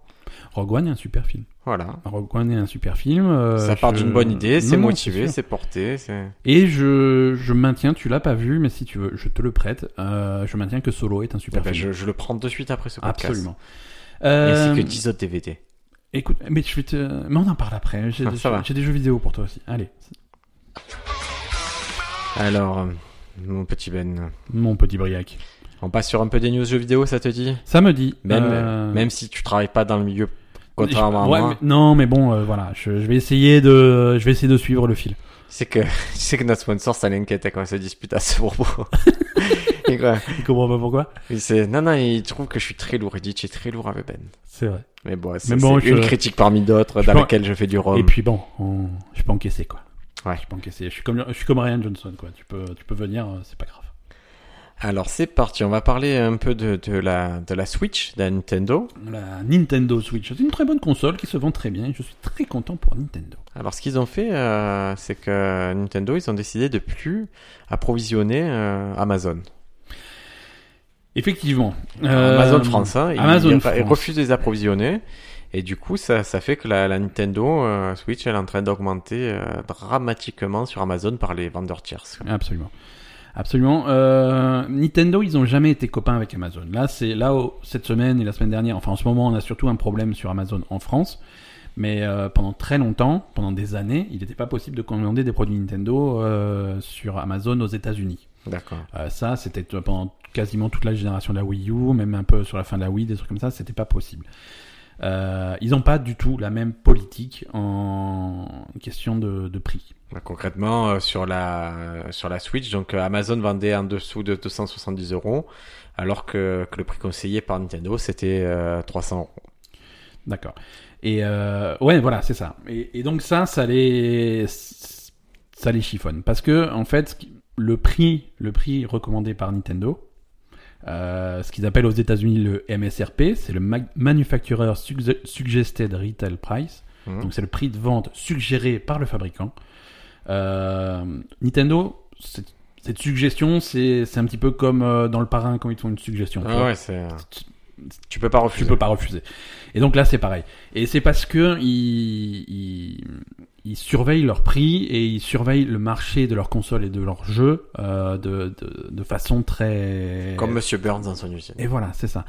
S1: Rogue One est un super film.
S2: Voilà.
S1: Rogue One est un super film. euh,
S2: ça part
S1: je-
S2: d'une bonne idée, c'est
S1: Non, non,
S2: motivé,
S1: sûr.
S2: c'est porté, c'est...
S1: Et je, je maintiens, tu l'as pas vu, mais si tu veux, je te le prête. euh, je maintiens que Solo est un
S2: Eh
S1: super
S2: ben,
S1: film.
S2: je, je le prends de suite après ce podcast.
S1: Absolument.
S2: Et
S1: Euh,
S2: c'est que 10 autres DVD.
S1: Écoute, mais je vais te, mais on en parle après. J'ai
S2: Ah,
S1: des,
S2: ça va.
S1: j'ai des jeux vidéo pour toi aussi. Allez,
S2: Alors, euh, mon petit Ben,
S1: mon petit Briac.
S2: on passe sur un peu des news jeux vidéo, ça te dit
S1: Samedi.
S2: Même,
S1: euh,
S2: même si tu travailles pas dans le milieu,
S1: je-
S2: contrairement
S1: ouais,
S2: à moi,
S1: mais- non, mais bon, euh, voilà, je, je vais essayer de, je vais essayer de suivre le fil.
S2: c'est que tu sais que notre sponsor, ça l'inquiète quand on se dispute à ce propos. Et quoi,
S1: Tu comprends pas pourquoi
S2: il sait- non, non, il trouve que je suis très lourd. Il dit, tu es très lourd avec Ben.
S1: C'est vrai.
S2: Mais bon,
S1: Mais
S2: c'est
S1: bon,
S2: c'est
S1: je-
S2: une critique parmi d'autres
S1: je
S2: dans
S1: pense-
S2: laquelle je fais du
S1: Et
S2: rhum.
S1: puis bon, on... je peux encaisser quoi.
S2: Ouais.
S1: Je peux encaisser. Je suis comme, je suis comme Ryan Johnson quoi. Tu peux, tu peux venir, euh, c'est pas grave.
S2: Alors, c'est parti. On va parler un peu de, de la, de la Switch, de la Nintendo.
S1: La Nintendo Switch, c'est une très bonne console qui se vend très bien. et Je suis très content pour Nintendo.
S2: Alors, ce qu'ils ont fait, euh, c'est que Nintendo, ils ont décidé de plus approvisionner euh, Amazon.
S1: Effectivement. Euh,
S2: Amazon France, hein, ils-
S1: Amazon
S2: ils,
S1: France.
S2: ils refusent de les approvisionner. Et du coup, ça, ça fait que la, la Nintendo euh, Switch, elle est en train d'augmenter euh, dramatiquement sur Amazon par les vendeurs tiers.
S1: Absolument. Absolument. Euh, Nintendo, ils ont jamais été copains avec Amazon. Là, c'est là oh, cette semaine et la semaine dernière. Enfin, en ce moment, on a surtout un problème sur Amazon en France. Mais euh, pendant très longtemps, pendant des années, il n'était pas possible de commander des produits Nintendo euh, sur Amazon aux États-Unis.
S2: D'accord.
S1: Euh, ça, c'était euh, pendant quasiment toute la génération de la Wii U, même un peu sur la fin de la Wii, des trucs comme ça, c'était pas possible. Euh, ils n'ont pas du tout la même politique en question de, de prix.
S2: Bah, Concrètement, euh, sur la euh, sur la Switch, donc euh, Amazon vendait en dessous de 270 euros, alors que, que le prix conseillé par Nintendo c'était euh, 300 euros.
S1: D'accord. Et euh, ouais, voilà, c'est ça. Et, et donc ça, ça les ça les chiffonne parce que en fait, ce qui- le prix le prix recommandé par Nintendo, euh, ce qu'ils appellent aux États-Unis le MSRP, c'est le Mag- Manufacturer Sugge- Suggested Retail Price.
S2: Mhm.
S1: Hein Donc c'est le prix de vente suggéré par le fabricant. Euh, Nintendo, cette, cette suggestion, c'est c'est un petit peu comme euh, dans le parrain quand ils te font une suggestion. tu
S2: Ah
S1: vois.
S2: ouais, c'est tu peux pas
S1: Tu
S2: refuser.
S1: peux pas refuser. Et donc là, c'est pareil. Et c'est parce que ils, ils, ils surveillent leurs prix et ils surveillent le marché de leurs consoles et de leurs jeux euh, de, de, de façon très...
S2: Comme Monsieur Burns dans son usine.
S1: Et voilà, c'est ça.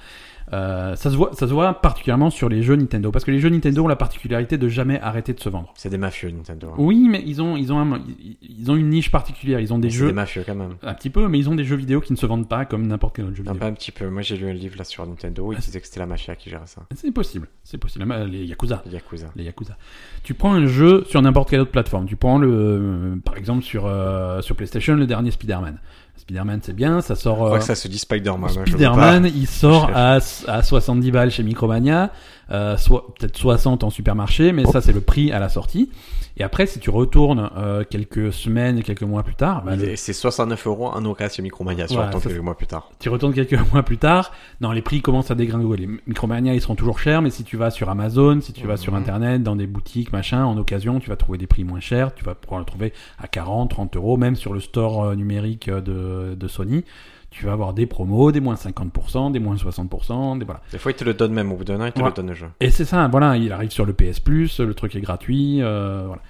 S1: Euh, ça, se voit, ça se voit particulièrement sur les jeux Nintendo, parce que les jeux Nintendo ont la particularité de jamais arrêter de se vendre.
S2: C'est des mafieux, Nintendo. hein.
S1: Oui, mais ils ont, ils ont, un- ils ont une niche particulière, ils ont des
S2: C'est
S1: jeux...
S2: des mafieux quand même.
S1: Un petit peu, mais ils ont des jeux vidéo qui ne se vendent pas comme n'importe quel autre jeu
S2: Non,
S1: vidéo.
S2: pas un petit peu. Moi, j'ai lu un livre là sur Nintendo. Il
S1: Ah,
S2: disait que c'était la mafia qui gérait ça.
S1: C'est possible, c'est possible. Euh, Les Yakuza.
S2: Yakuza.
S1: les Yakuza. Tu prends un jeu sur n'importe quelle autre plateforme. Tu prends le, euh, par exemple sur euh, sur PlayStation le dernier Spider-Man. Spider-Man c'est bien, ça
S2: Je
S1: sort.
S2: crois
S1: euh,
S2: que ça se dit Spider-Man. hein, je veux pas.
S1: Spider-Man, il sort à, à 70 balles chez Micromania, euh, soit peut-être 60 en supermarché,
S2: Oh.
S1: mais ça c'est le prix à la sortie. Et après, si tu retournes euh, quelques semaines, quelques mois plus tard, bah,
S2: Il
S1: le-
S2: est- C'est 69 euros en occasion Micromania, soit
S1: Voilà,
S2: tant
S1: ça,
S2: quelques mois plus tard.
S1: tu retournes quelques mois plus tard, non, les prix commencent à dégringoler. Micromania, ils seront toujours chers, mais si tu vas sur Amazon, si tu vas sur
S2: Mhm.
S1: Internet, dans des boutiques, machin, en occasion, tu vas trouver des prix moins chers, tu vas pouvoir le trouver à 40, 30 euros, même sur le store euh, numérique euh, de, de Sony. Tu vas avoir des promos, des moins 50%, des moins 60%, des voilà.
S2: Des fois, ils te le donnent même au bout d'un an, ils te
S1: Ouais.
S2: le donnent le jeu.
S1: Et c'est ça, voilà, il arrive sur le PS Plus, le truc est gratuit, euh, voilà.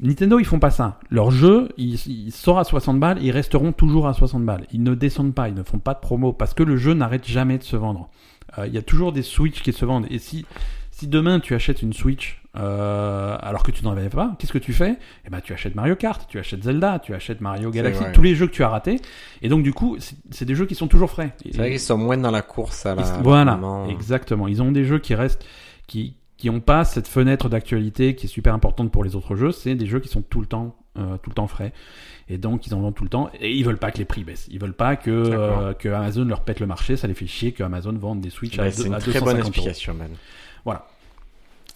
S1: Nintendo, ils font pas ça. Leur jeu, ils, ils sortent à 60 balles, ils resteront toujours à 60 balles. Ils ne descendent pas, ils ne font pas de promo parce que le jeu n'arrête jamais de se vendre. Euh, Il y a toujours des Switch qui se vendent. Et si, si demain tu achètes une Switch euh, alors que tu n'en avais pas, qu'est-ce que tu fais Eh ben, tu achètes Mario Kart, tu achètes Zelda, tu achètes Mario Galaxy,
S2: vrai.
S1: tous les jeux que tu as ratés. Et donc du coup, c'est- c'est des jeux qui sont toujours frais.
S2: C'est vrai qu'ils sont moins dans la course à la.
S1: Ils- voilà,
S2: vraiment.
S1: exactement. Ils ont des jeux qui restent, qui qui ont pas cette fenêtre d'actualité qui est super importante pour les autres jeux. C'est des jeux qui sont tout le temps, euh, tout le temps frais, et donc ils en vendent tout le temps. Et ils veulent pas que les prix baissent. Ils veulent pas que
S2: D'accord.
S1: euh, que Amazon leur pète le marché. Ça les fait chier que Amazon vende des Switch à,
S2: Ouais,
S1: deux-
S2: ben, C'est une
S1: à
S2: très bonne
S1: 250 euros.
S2: explication, man.
S1: Voilà.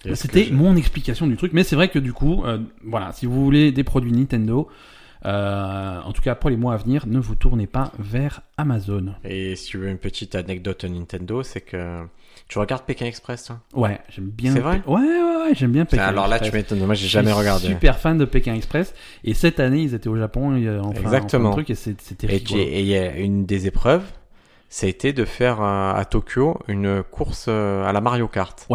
S1: Bah,
S2: Est-ce que
S1: C'était
S2: je-
S1: mon explication du truc, mais c'est vrai que du coup, euh, voilà, si vous voulez des produits Nintendo, euh, en tout cas pour les mois à venir, ne vous tournez pas vers Amazon.
S2: Et si tu veux une petite anecdote Nintendo, c'est que tu regardes Pékin Express, toi
S1: Ouais, j'aime bien.
S2: C'est vrai
S1: Pe- Ouais, ouais, ouais, j'aime bien Pékin.
S2: Alors là,
S1: Express.
S2: tu m'étonnes. Moi, j'ai
S1: Je
S2: jamais
S1: suis
S2: regardé. hein.
S1: Super fan de Pékin Express. Et cette année, ils étaient au Japon. Et, euh, enfin,
S2: Exactement.
S1: enfin, un truc, et c'est- c'était
S2: Et
S1: rigolo.
S2: j'ai- et il y a une des épreuves, ça a été de faire euh, à Tokyo une course euh, à la Mario Kart.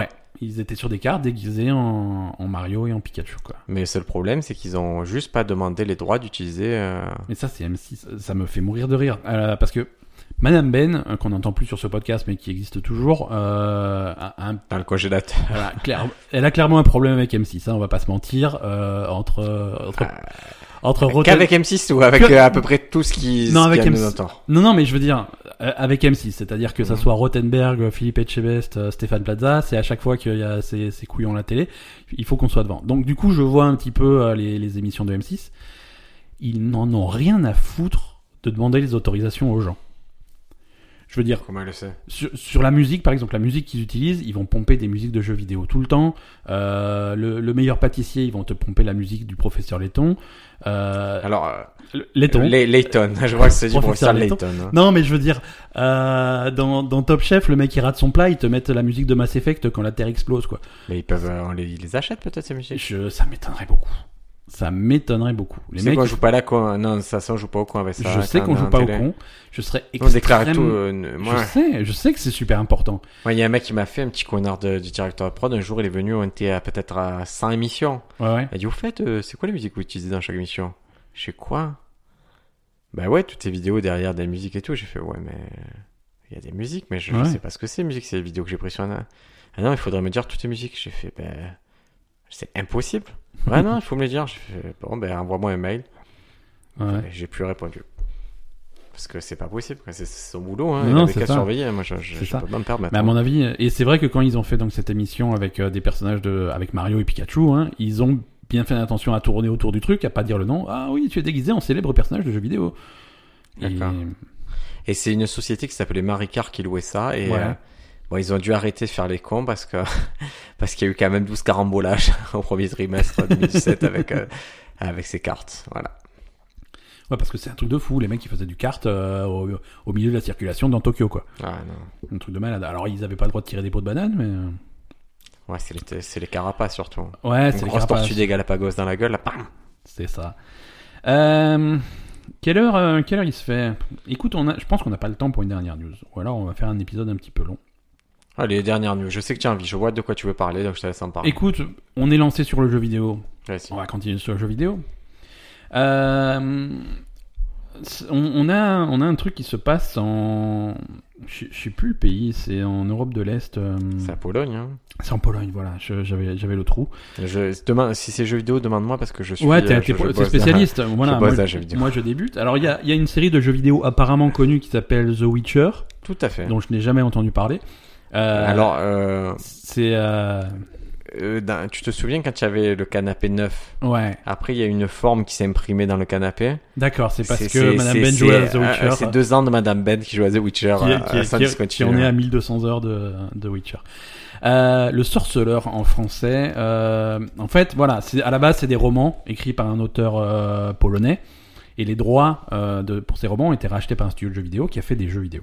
S1: Ils étaient sur des cartes déguisés en, en Mario et en Pikachu, quoi.
S2: Mais le seul problème, c'est qu'ils ont juste pas demandé les droits d'utiliser. euh,
S1: Mais ça, c'est M6. ça- Ça me fait mourir de rire. Euh, parce que Madame Ben, euh, qu'on n'entend plus sur ce podcast, mais qui existe toujours, euh, a un-
S2: Dans le congélateur.
S1: voilà, clair- elle a clairement un problème avec M6. Hein, on va pas se mentir. euh, entre, entre, entre Rotten-
S2: Ah, Qu'avec M6 ou avec
S1: Que-
S2: euh, à peu près tout ce qui,
S1: Non,
S2: ce
S1: avec
S2: qui a
S1: M6.
S2: nous entend.
S1: Non, non, mais je veux dire, euh, avec M6, c'est-à-dire que ça
S2: Mhm.
S1: soit Rottenberg, Philippe Etchebest, euh, Stéphane Plaza, c'est à chaque fois qu'il y a ces, ces couillons à la télé, il faut qu'on soit devant. Donc du coup, je vois un petit peu euh, les, les émissions de M6. Ils n'en ont rien à foutre de demander les autorisations aux gens. Je veux dire,
S2: Comment elle le sait
S1: sur, sur la musique, par exemple, la musique qu'ils utilisent, ils vont pomper des musiques de jeux vidéo tout le temps. Euh, le, le meilleur pâtissier, ils vont te pomper la musique du professeur Letton. Euh,
S2: Alors, euh,
S1: Letton.
S2: Lay- Layton. Je vois que c'est du
S1: Professeur
S2: professeur Layton. hein.
S1: Non, mais je veux dire, euh, dans, dans Top Chef, le mec il rate son plat, ils te mettent la musique de Mass Effect quand la Terre explose, quoi.
S2: Mais ils peuvent, euh, on les, ils les achètent peut-être ces musiques.
S1: Je, ça m'étonnerait beaucoup. Ça m'étonnerait beaucoup.
S2: Tu
S1: Les
S2: sais
S1: mecs,
S2: quoi, on joue pas là, quoi. hein Non, de toute façon, on joue pas au con avec ça.
S1: je sais
S2: quand
S1: qu'on
S2: on est
S1: joue
S2: en
S1: pas au
S2: télé.
S1: con. Je serais
S2: On déclare tout.
S1: extrêmement...
S2: euh, ne-
S1: Je
S2: moi,
S1: sais, je sais que c'est super important.
S2: Moi, il y a un mec qui m'a fait un petit connard de- du directeur de prod. Un jour, il est venu, on était à- peut-être à 100 émissions.
S1: Ouais, ouais.
S2: Il a dit, au fait, euh, c'est quoi la musique que vous utilisez dans chaque émission Je sais quoi Bah ouais, toutes tes vidéos derrière des musiques et tout. J'ai fait, ouais, mais il y a des musiques, mais je, je
S1: Ouais.
S2: sais pas ce que c'est, musique. C'est les vidéos que j'ai prises sur un... Ah non, il faudrait me dire toutes les musiques. J'ai fait, ben, c'est impossible. Ouais, non, il faut me le dire. J'ai fait, bon, ben, envoie-moi un mail.
S1: ouais.
S2: Et J'ai plus répondu. Parce que c'est pas possible, quoi. c'est c'est son boulot, hein.
S1: Non,
S2: il
S1: non,
S2: avait
S1: c'est
S2: qu'à
S1: ça.
S2: surveiller, moi je, je,
S1: C'est
S2: je
S1: ça.
S2: peux pas me permettre.
S1: Mais à mon avis, euh, et c'est vrai que quand ils ont fait donc cette émission avec euh, des personnages de, avec Mario et Pikachu, hein, ils ont bien fait attention à tourner autour du truc, à pas dire le nom. Ah oui, tu es déguisé en célèbre personnage de jeu vidéo. Et-
S2: D'accord. Et c'est une société qui s'appelait Maricar qui louait ça. Et
S1: Ouais.
S2: euh, bon, ils ont dû arrêter de faire les cons parce que parce qu'il y a eu quand même 12 carambolages au premier trimestre 2017 avec euh, avec ces cartes. Voilà.
S1: Ouais, parce que c'est un truc de fou, les mecs qui faisaient du kart euh, au, au milieu de la circulation dans Tokyo, quoi.
S2: Ah non.
S1: Un truc de malade. Alors, ils avaient pas le droit de tirer des pots de bananes, mais. euh,
S2: Ouais, c'est les, c'est les carapaces surtout. hein.
S1: Ouais,
S2: Une
S1: c'est les
S2: grosse
S1: carapaces.
S2: tortue des Galapagos dans la gueule, là, bam
S1: C'est ça. Euh, quelle, heure, euh, quelle heure il se fait Écoute, on a, je pense qu'on n'a pas le temps pour une dernière news. Ou alors, on va faire un épisode un petit peu long.
S2: Ah. Allez, dernière news. Je sais que tu as envie, je vois de quoi tu veux parler, donc je te laisse en parler.
S1: Écoute, on est lancé sur le jeu vidéo.
S2: Ouais, si.
S1: On va continuer sur le jeu vidéo. Euh, c'est- on, on a, on a un truc qui se passe en. Je je sais plus le pays, c'est en Europe de l'Est. euh,
S2: C'est à Pologne. Hein.
S1: C'est en Pologne, voilà, je- j'avais j'avais le trou.
S2: Je, demain, si c'est jeux vidéo, demande-moi parce que je suis.
S1: ouais, t'es
S2: euh,
S1: t'es
S2: je-
S1: pro-
S2: je
S1: t'es
S2: bosse dans-
S1: spécialiste. voilà,
S2: bosse dans
S1: moi,
S2: les jeux vidéo.
S1: moi, je débute. Alors il y a, il y a une série de jeux vidéo apparemment connue qui s'appelle The Witcher,
S2: Tout à fait.
S1: dont je n'ai jamais entendu parler. Euh,
S2: Alors, euh,
S1: c'est euh,
S2: euh, dans- tu te souviens quand tu avais le canapé neuf
S1: ouais,
S2: Après, il y a une forme qui s'est imprimée dans le canapé.
S1: d'accord, c'est parce que
S2: c'est-
S1: Madame
S2: c'est-
S1: Ben jouait à The
S2: c'est, euh,
S1: Witcher.
S2: C'est deux ans de Madame Ben qui joue à The Witcher.
S1: qui,
S2: à-
S1: qui-
S2: à
S1: qui-
S2: Sans
S1: qui
S2: Discontinue.
S1: en est à 1200 heures de, de Witcher. Euh, le sorceleur en français. euh, en fait, voilà, c'est- à la base, c'est des romans écrits par un auteur euh, polonais. Et les droits euh, de, pour ces romans ont été rachetés par un studio de jeux vidéo qui a fait des jeux vidéo.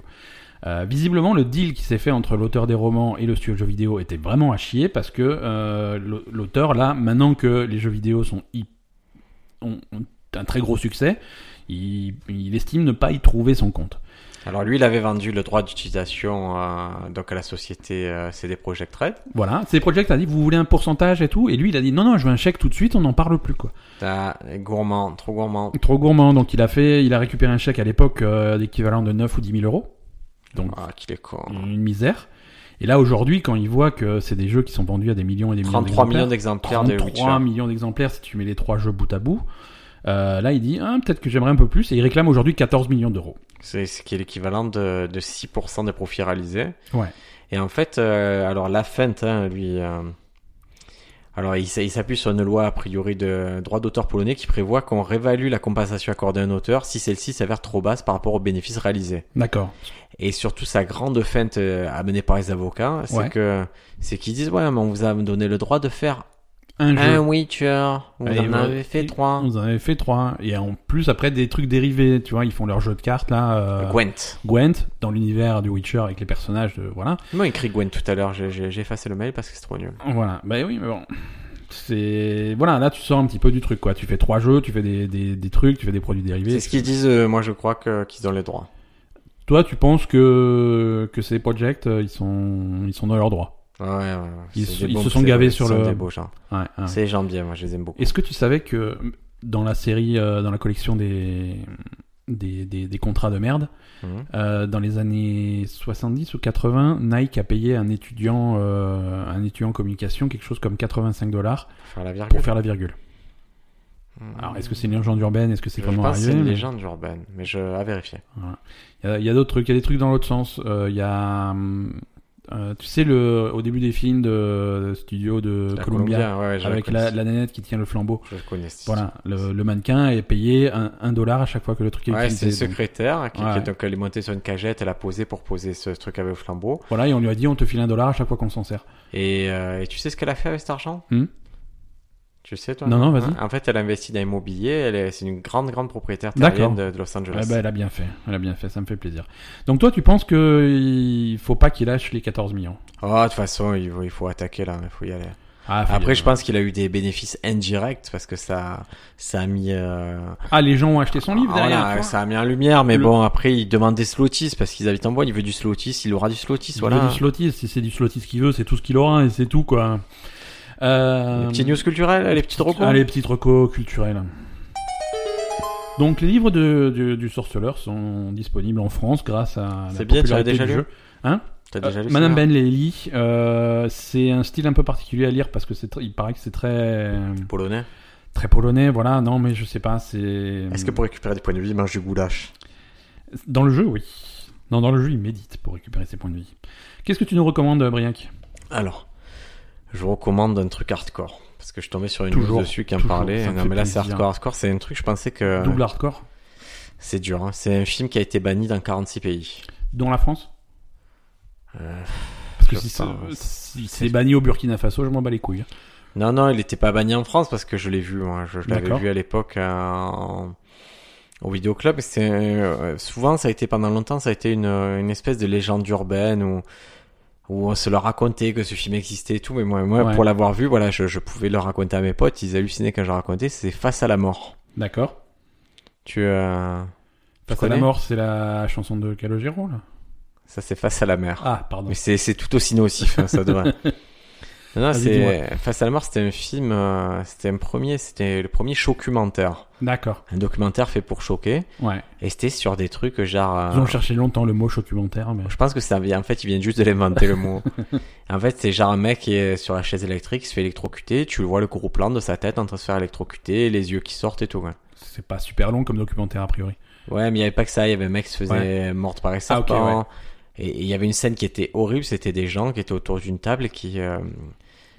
S1: Euh, visiblement, le deal qui s'est fait entre l'auteur des romans et le studio de jeux vidéo était vraiment à chier parce que euh, l'au- l'auteur, là, maintenant que les jeux vidéo sont hy- ont, ont un très gros succès, il- il estime ne pas y trouver son compte.
S2: Alors, lui, il avait vendu le droit d'utilisation euh, donc à la société euh, CD Projekt Red.
S1: Voilà, c'est Project a dit vous voulez un pourcentage et tout, et lui il a dit non non je veux un chèque tout de suite, on n'en parle plus quoi.
S2: T'as gourmand, trop gourmand.
S1: Trop gourmand, donc il a fait, il a récupéré un chèque à l'époque euh, d'équivalent de 9 ou 10 000 euros, donc
S2: Ah, qu'il est con.
S1: une misère. Et là aujourd'hui quand il voit que c'est des jeux qui sont vendus à des millions et des millions
S2: 33 millions
S1: d'exemplaires,
S2: d'exemplaires de
S1: 33
S2: Witcher.
S1: millions d'exemplaires si tu mets les trois jeux bout à bout, euh, là il dit ah, peut-être que j'aimerais un peu plus, et il réclame aujourd'hui 14 millions d'euros.
S2: C'est ce qui est l'équivalent de, de 6% des profits réalisés.
S1: Ouais.
S2: Et en fait, euh, alors la feinte, hein, lui. euh, alors, il, s- il s'appuie sur une loi a priori de droit d'auteur polonais qui prévoit qu'on réévalue la compensation accordée à un auteur si celle-ci s'avère trop basse par rapport aux bénéfices réalisés.
S1: D'accord.
S2: Et surtout, sa grande feinte euh, amenée par les avocats, c'est
S1: Ouais.
S2: que c'est qu'ils disent ouais, mais on vous a donné le droit de faire
S1: Un jeu.
S2: un Witcher, vous
S1: Et
S2: en
S1: voilà.
S2: avez fait trois.
S1: On en avait fait trois. Et en plus, après, des trucs dérivés, tu vois, ils font leur jeu de cartes, là. euh,
S2: Gwent.
S1: Gwent dans l'univers du Witcher avec les personnages de voilà
S2: Moi, écrit Gwent tout à l'heure. J'ai- J'ai j'ai effacé le mail parce que c'est trop nul.
S1: voilà bah oui mais bon c'est voilà là tu sors un petit peu du truc quoi tu fais trois jeux tu fais des, des, des trucs tu fais des produits dérivés
S2: C'est ce qu'ils disent, euh, moi je crois que- qu'ils ont les droits.
S1: toi tu penses que que ces projects euh, ils sont ils sont dans leurs droits
S2: Ouais, ouais, ouais.
S1: Ils
S2: C'est
S1: se-
S2: des
S1: ils
S2: bons-
S1: se sont
S2: c'est-
S1: gavés
S2: ils
S1: sur
S2: sont
S1: le- Ah.
S2: des beaux gens.
S1: ouais, ouais.
S2: C'est les gens bien, moi je les aime beaucoup.
S1: est-ce que tu savais que dans la série euh, dans la collection des des, des, des contrats de merde
S2: Mhm.
S1: euh, dans les années 70 ou 80 Nike a payé un étudiant euh, un étudiant en communication quelque chose comme 85 dollars
S2: Faire la virgule. Mmh.
S1: pour faire la virgule. Alors, est-ce que c'est une légende urbaine Est-ce que c'est
S2: Je
S1: vraiment
S2: pense que c'est
S1: arrivé
S2: une
S1: mais-
S2: légende urbaine, mais je à vérifier.
S1: Il y a, il y a d'autres trucs. Il y a des trucs dans l'autre sens. Euh, Il y a, hum, euh, tu sais, le au début des films de, de studio de
S2: La
S1: Columbia,
S2: Columbia, ouais, ouais, je
S1: avec
S2: connais.
S1: la, la nanette qui tient le flambeau.
S2: Je connais. ce-
S1: Voilà, le, le mannequin est payé un, un dollar à chaque fois que le truc est
S2: Ouais, c'est
S1: utilisé. Donc,
S2: une secrétaire qui, qui
S1: Ouais.
S2: est donc elle est montée sur une cagette, elle a posé pour poser ce truc avec le flambeau.
S1: voilà, et on lui a dit, on te file un dollar à chaque fois qu'on s'en sert.
S2: Et, euh, et tu sais ce qu'elle a fait avec cet argent
S1: Hmm.
S2: Tu sais toi
S1: Non, non, vas-y.
S2: En fait, elle a investi dans l'immobilier. Elle est, c'est une grande, grande propriétaire
S1: D'accord.
S2: terrienne de, de Los Angeles.
S1: Ah bah, elle a bien fait, elle a bien fait, ça me fait plaisir. Donc toi, tu penses que il faut pas qu'il lâche les 14 millions
S2: Oh, de toute façon, il faut, il faut attaquer là, il faut y aller.
S1: Ah, faut
S2: Après,
S1: dire.
S2: je pense qu'il a eu des bénéfices indirects parce que ça, ça a mis, euh,
S1: Ah, les gens ont acheté son livre
S2: voilà,
S1: derrière. tu vois.
S2: ça a mis en lumière. Mais
S1: Le-
S2: bon, après, il demande des slotis parce qu'ils habitent en bois. Il veut du slotis, il aura du slotis.
S1: Il
S2: Voilà.
S1: veut du slotiste, si c'est du slotiste qu'il veut, c'est tout ce qu'il aura et c'est tout quoi. Euh,
S2: Les petites news culturelles, les petites recos.
S1: Ah, les petites recos culturelles. Donc les livres de, du, du sorceleur sont disponibles en France grâce à la
S2: C'est bien, tu l'as
S1: popularité
S2: déjà
S1: du
S2: lu
S1: jeu. Hein
S2: T'as déjà
S1: Euh,
S2: lu
S1: Madame
S2: celle-là
S1: Ben les lit. Euh, c'est un style un peu particulier à lire parce que c'est tr- il paraît que c'est très
S2: Polonais.
S1: très polonais. Voilà, non mais je sais pas. C'est
S2: Est-ce que pour récupérer des points de vie, il mange du goulash
S1: dans le jeu oui. Non, dans le jeu il médite pour récupérer ses points de vie. Qu'est-ce que tu nous recommandes, Briac
S2: Euh, Alors, je vous recommande un truc hardcore. Parce que je tombais sur une
S1: Toujours,
S2: news dessus qui en
S1: toujours,
S2: parlait.
S1: ça me
S2: Non,
S1: fait
S2: mais là, c'est
S1: plaisir.
S2: hardcore. Hardcore, c'est un truc, je pensais que.
S1: Double hardcore
S2: C'est dur. hein. C'est un film qui a été banni dans 46 pays.
S1: dans la France.
S2: Euh,
S1: Parce que
S2: Je
S1: si
S2: sais pas.
S1: c'est- si c'est banni au Burkina Faso, je m'en bats les couilles. hein.
S2: Non, non, il n'était pas banni en France parce que je l'ai vu, moi. Je, je l'avais
S1: D'accord.
S2: vu à l'époque en- au vidéoclub. C'est euh, souvent, ça a été pendant longtemps, ça a été une, une espèce de légende urbaine où, où on se leur racontait que ce film existait et tout. Mais moi, moi
S1: Ouais.
S2: pour l'avoir vu, voilà, je, je pouvais le raconter à mes potes. Ils hallucinaient quand je le racontais. C'est Face à la mort.
S1: D'accord.
S2: Tu, euh, tu
S1: Face à la
S2: connais
S1: mort, c'est la chanson de Calogero, là
S2: Ça, c'est Face à la mer.
S1: Ah, pardon.
S2: Mais c'est c'est tout aussi nocif, hein, ça devrait. Non, non,
S1: Vas-y,
S2: c'est
S1: Ah, dis-moi.
S2: Face à la mort, c'était un film, euh, c'était un premier, c'était le premier documentaire.
S1: D'accord.
S2: Un documentaire fait pour choquer.
S1: Ouais.
S2: Et c'était sur des trucs genre.
S1: Ils
S2: euh,
S1: ont cherché longtemps le mot documentaire, mais
S2: Je pense que ça vient, en fait, ils viennent juste de l'inventer le mot. en fait, c'est genre un mec qui est sur la chaise électrique, qui se fait électrocuter, tu le vois le gros plan de sa tête en train de se faire électrocuter, les yeux qui sortent et tout. quoi.
S1: c'est pas super long comme documentaire a priori.
S2: Ouais, mais il y avait pas que ça, il y avait un mec qui se faisait mordre par les
S1: Ah, ok,
S2: serpents. Et et il y avait une scène qui était horrible, c'était des gens qui étaient autour d'une table et qui euh,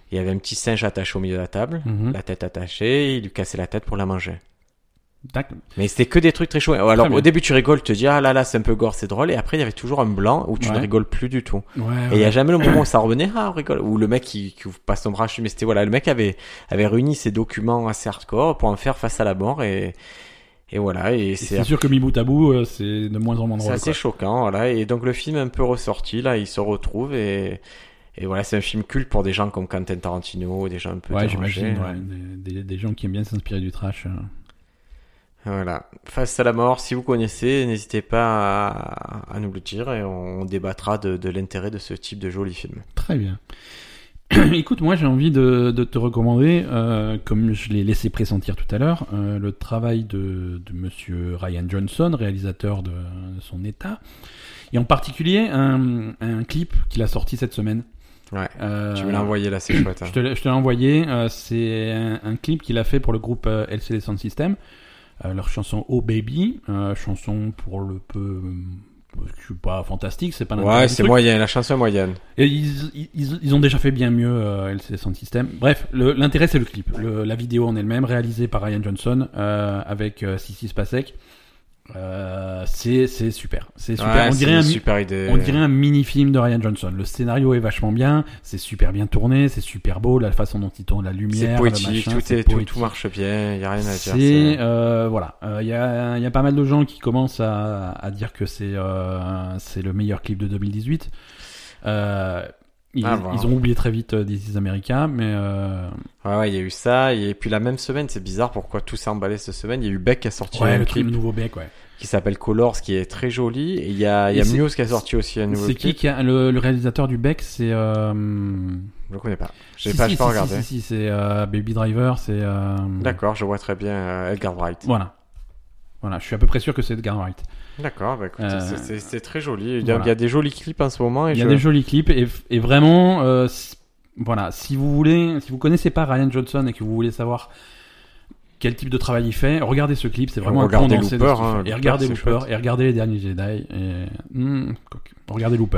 S2: il y avait un petit singe attaché au milieu de la table,
S1: Mhm.
S2: la tête attachée, il lui cassait la tête pour la manger.
S1: D'accord.
S2: Mais c'était que des trucs très chouettes. Alors
S1: bien.
S2: au début tu rigoles, tu te dis ah là là c'est un peu gore, c'est drôle, et après il y avait toujours un blanc où tu
S1: Ouais.
S2: ne rigoles plus du tout.
S1: Ouais.
S2: Et il
S1: ouais.
S2: y a jamais le moment où ça revenait, ah, on rigole. Ou le mec qui, qui ouvre pas son bras, mais c'était voilà, le mec avait, avait réuni ses documents assez hardcore pour en faire face à la mort et, et voilà, et
S1: Et
S2: c'est,
S1: C'est sûr que mi bout à bout, euh, c'est de moins en moins
S2: c'est
S1: drôle.
S2: assez
S1: quoi.
S2: choquant, voilà. Et donc le film est un peu ressorti, là, il se retrouve et, et voilà, c'est un film culte pour des gens comme Quentin Tarantino, des gens un peu
S1: Ouais,
S2: dérangés.
S1: j'imagine. ouais. Des, des- des gens qui aiment bien s'inspirer du trash. euh.
S2: Voilà. Face à la mort, si vous connaissez, n'hésitez pas à, à nous le dire et on débattra de, de l'intérêt de ce type de joli film.
S1: Très bien. Écoute, moi j'ai envie de, de te recommander, euh, comme je l'ai laissé pressentir tout à l'heure, euh, le travail de, de monsieur Ryan Johnson, réalisateur de, de son état, et en particulier un, un clip qu'il a sorti cette semaine.
S2: Ouais.
S1: Euh,
S2: Tu me l'as envoyé là, c'est chouette. hein.
S1: je te l'ai- je te l'ai envoyé. euh, c'est un, un clip qu'il a fait pour le groupe euh, LCD Sound System. Euh, leur chanson Oh Baby, euh, chanson pour le peu. euh, Je suis pas fantastique, c'est pas l'intérêt
S2: Ouais,
S1: du
S2: c'est
S1: truc.
S2: moyen, la chanson est moyenne.
S1: Et ils, ils, ils ont déjà fait bien mieux euh, LCD Sound System. Bref, le- l'intérêt c'est le clip, Le- la vidéo en elle-même, réalisée par Ryan Johnson euh, avec euh, Sissi Spacek. Euh, c'est c'est super, c'est super.
S2: Ouais,
S1: on
S2: c'est
S1: dirait
S2: une
S1: un,
S2: super idée.
S1: on dirait un mini-film de Ryan Johnson. Le scénario est vachement bien, c'est super bien tourné, c'est super beau, la façon dont il tourne la lumière,
S2: C'est
S1: le
S2: poétique,
S1: machin,
S2: tout,
S1: c'est
S2: est, tout,
S1: poétique.
S2: tout marche bien, il a rien à dire.
S1: C'est
S2: c'est-
S1: euh, voilà, il y, a, y a pas mal de gens qui commencent à, à dire que c'est euh, c'est le meilleur clip de 2018. Euh, ils,
S2: Ah, bon.
S1: ils ont oublié très vite euh, This is America, mais euh,
S2: Ouais, ouais, il y a eu ça, et puis la même semaine, c'est bizarre pourquoi tout s'est emballé cette semaine, il y a eu Beck qui a sorti
S1: ouais,
S2: un
S1: le clip
S2: clip
S1: de nouveau bec, ouais.
S2: qui s'appelle Colors, qui est très joli, et il y a, il y
S1: Et
S2: a
S1: c'est-
S2: Muse qui a sorti aussi un nouveau
S1: C'est
S2: clip.
S1: qui, qui a- le, le réalisateur du bec C'est euh,
S2: Je le connais pas. J'ai
S1: si,
S2: pas,
S1: si,
S2: j'ai pas
S1: si,
S2: regardé.
S1: Si, si, si, c'est euh, Baby Driver, c'est euh,
S2: D'accord, je vois très bien euh, Edgar Wright.
S1: Voilà. Voilà, je suis à peu près sûr que c'est Edgar Wright.
S2: D'accord, bah écoute,
S1: Euh,
S2: c'est- c'est c'est très joli. Il y, a,
S1: voilà.
S2: il y a des jolis clips en ce moment. Et
S1: Il y a
S2: je-
S1: des jolis clips et, et vraiment, euh, si- voilà, si vous voulez, si vous connaissez pas Ryan Johnson et que vous voulez savoir quel type de travail il fait, regardez ce clip, c'est vraiment un
S2: Regardez
S1: condensé de
S2: Looper,
S1: ce qu'il
S2: hein,
S1: fait. Et
S2: Looper,
S1: regardez
S2: c'est
S1: Looper,
S2: chouette.
S1: et regardez les derniers Jedi, et hmm, coq. regardez Looper.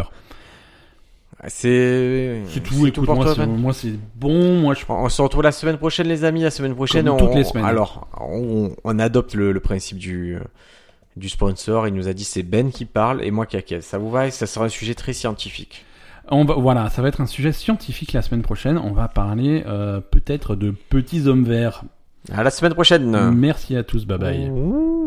S2: Euh, C'est
S1: C'est tout, écoute,
S2: pour
S1: moi,
S2: toi,
S1: c'est-
S2: Ben.
S1: moi c'est bon, moi je
S2: On on se retrouve la semaine prochaine, les amis. La semaine prochaine,
S1: Comme
S2: on,
S1: toutes les semaines.
S2: Alors, on, on adopte le, le principe du, du sponsor. Il nous a dit c'est Ben qui parle et moi qui acquiesce. Ça vous va et ça sera un sujet très scientifique.
S1: On va, voilà, ça va être un sujet scientifique la semaine prochaine. On va parler euh, peut-être de petits hommes verts.
S2: À la semaine prochaine.
S1: Merci à tous, bye bye.
S2: Ouh.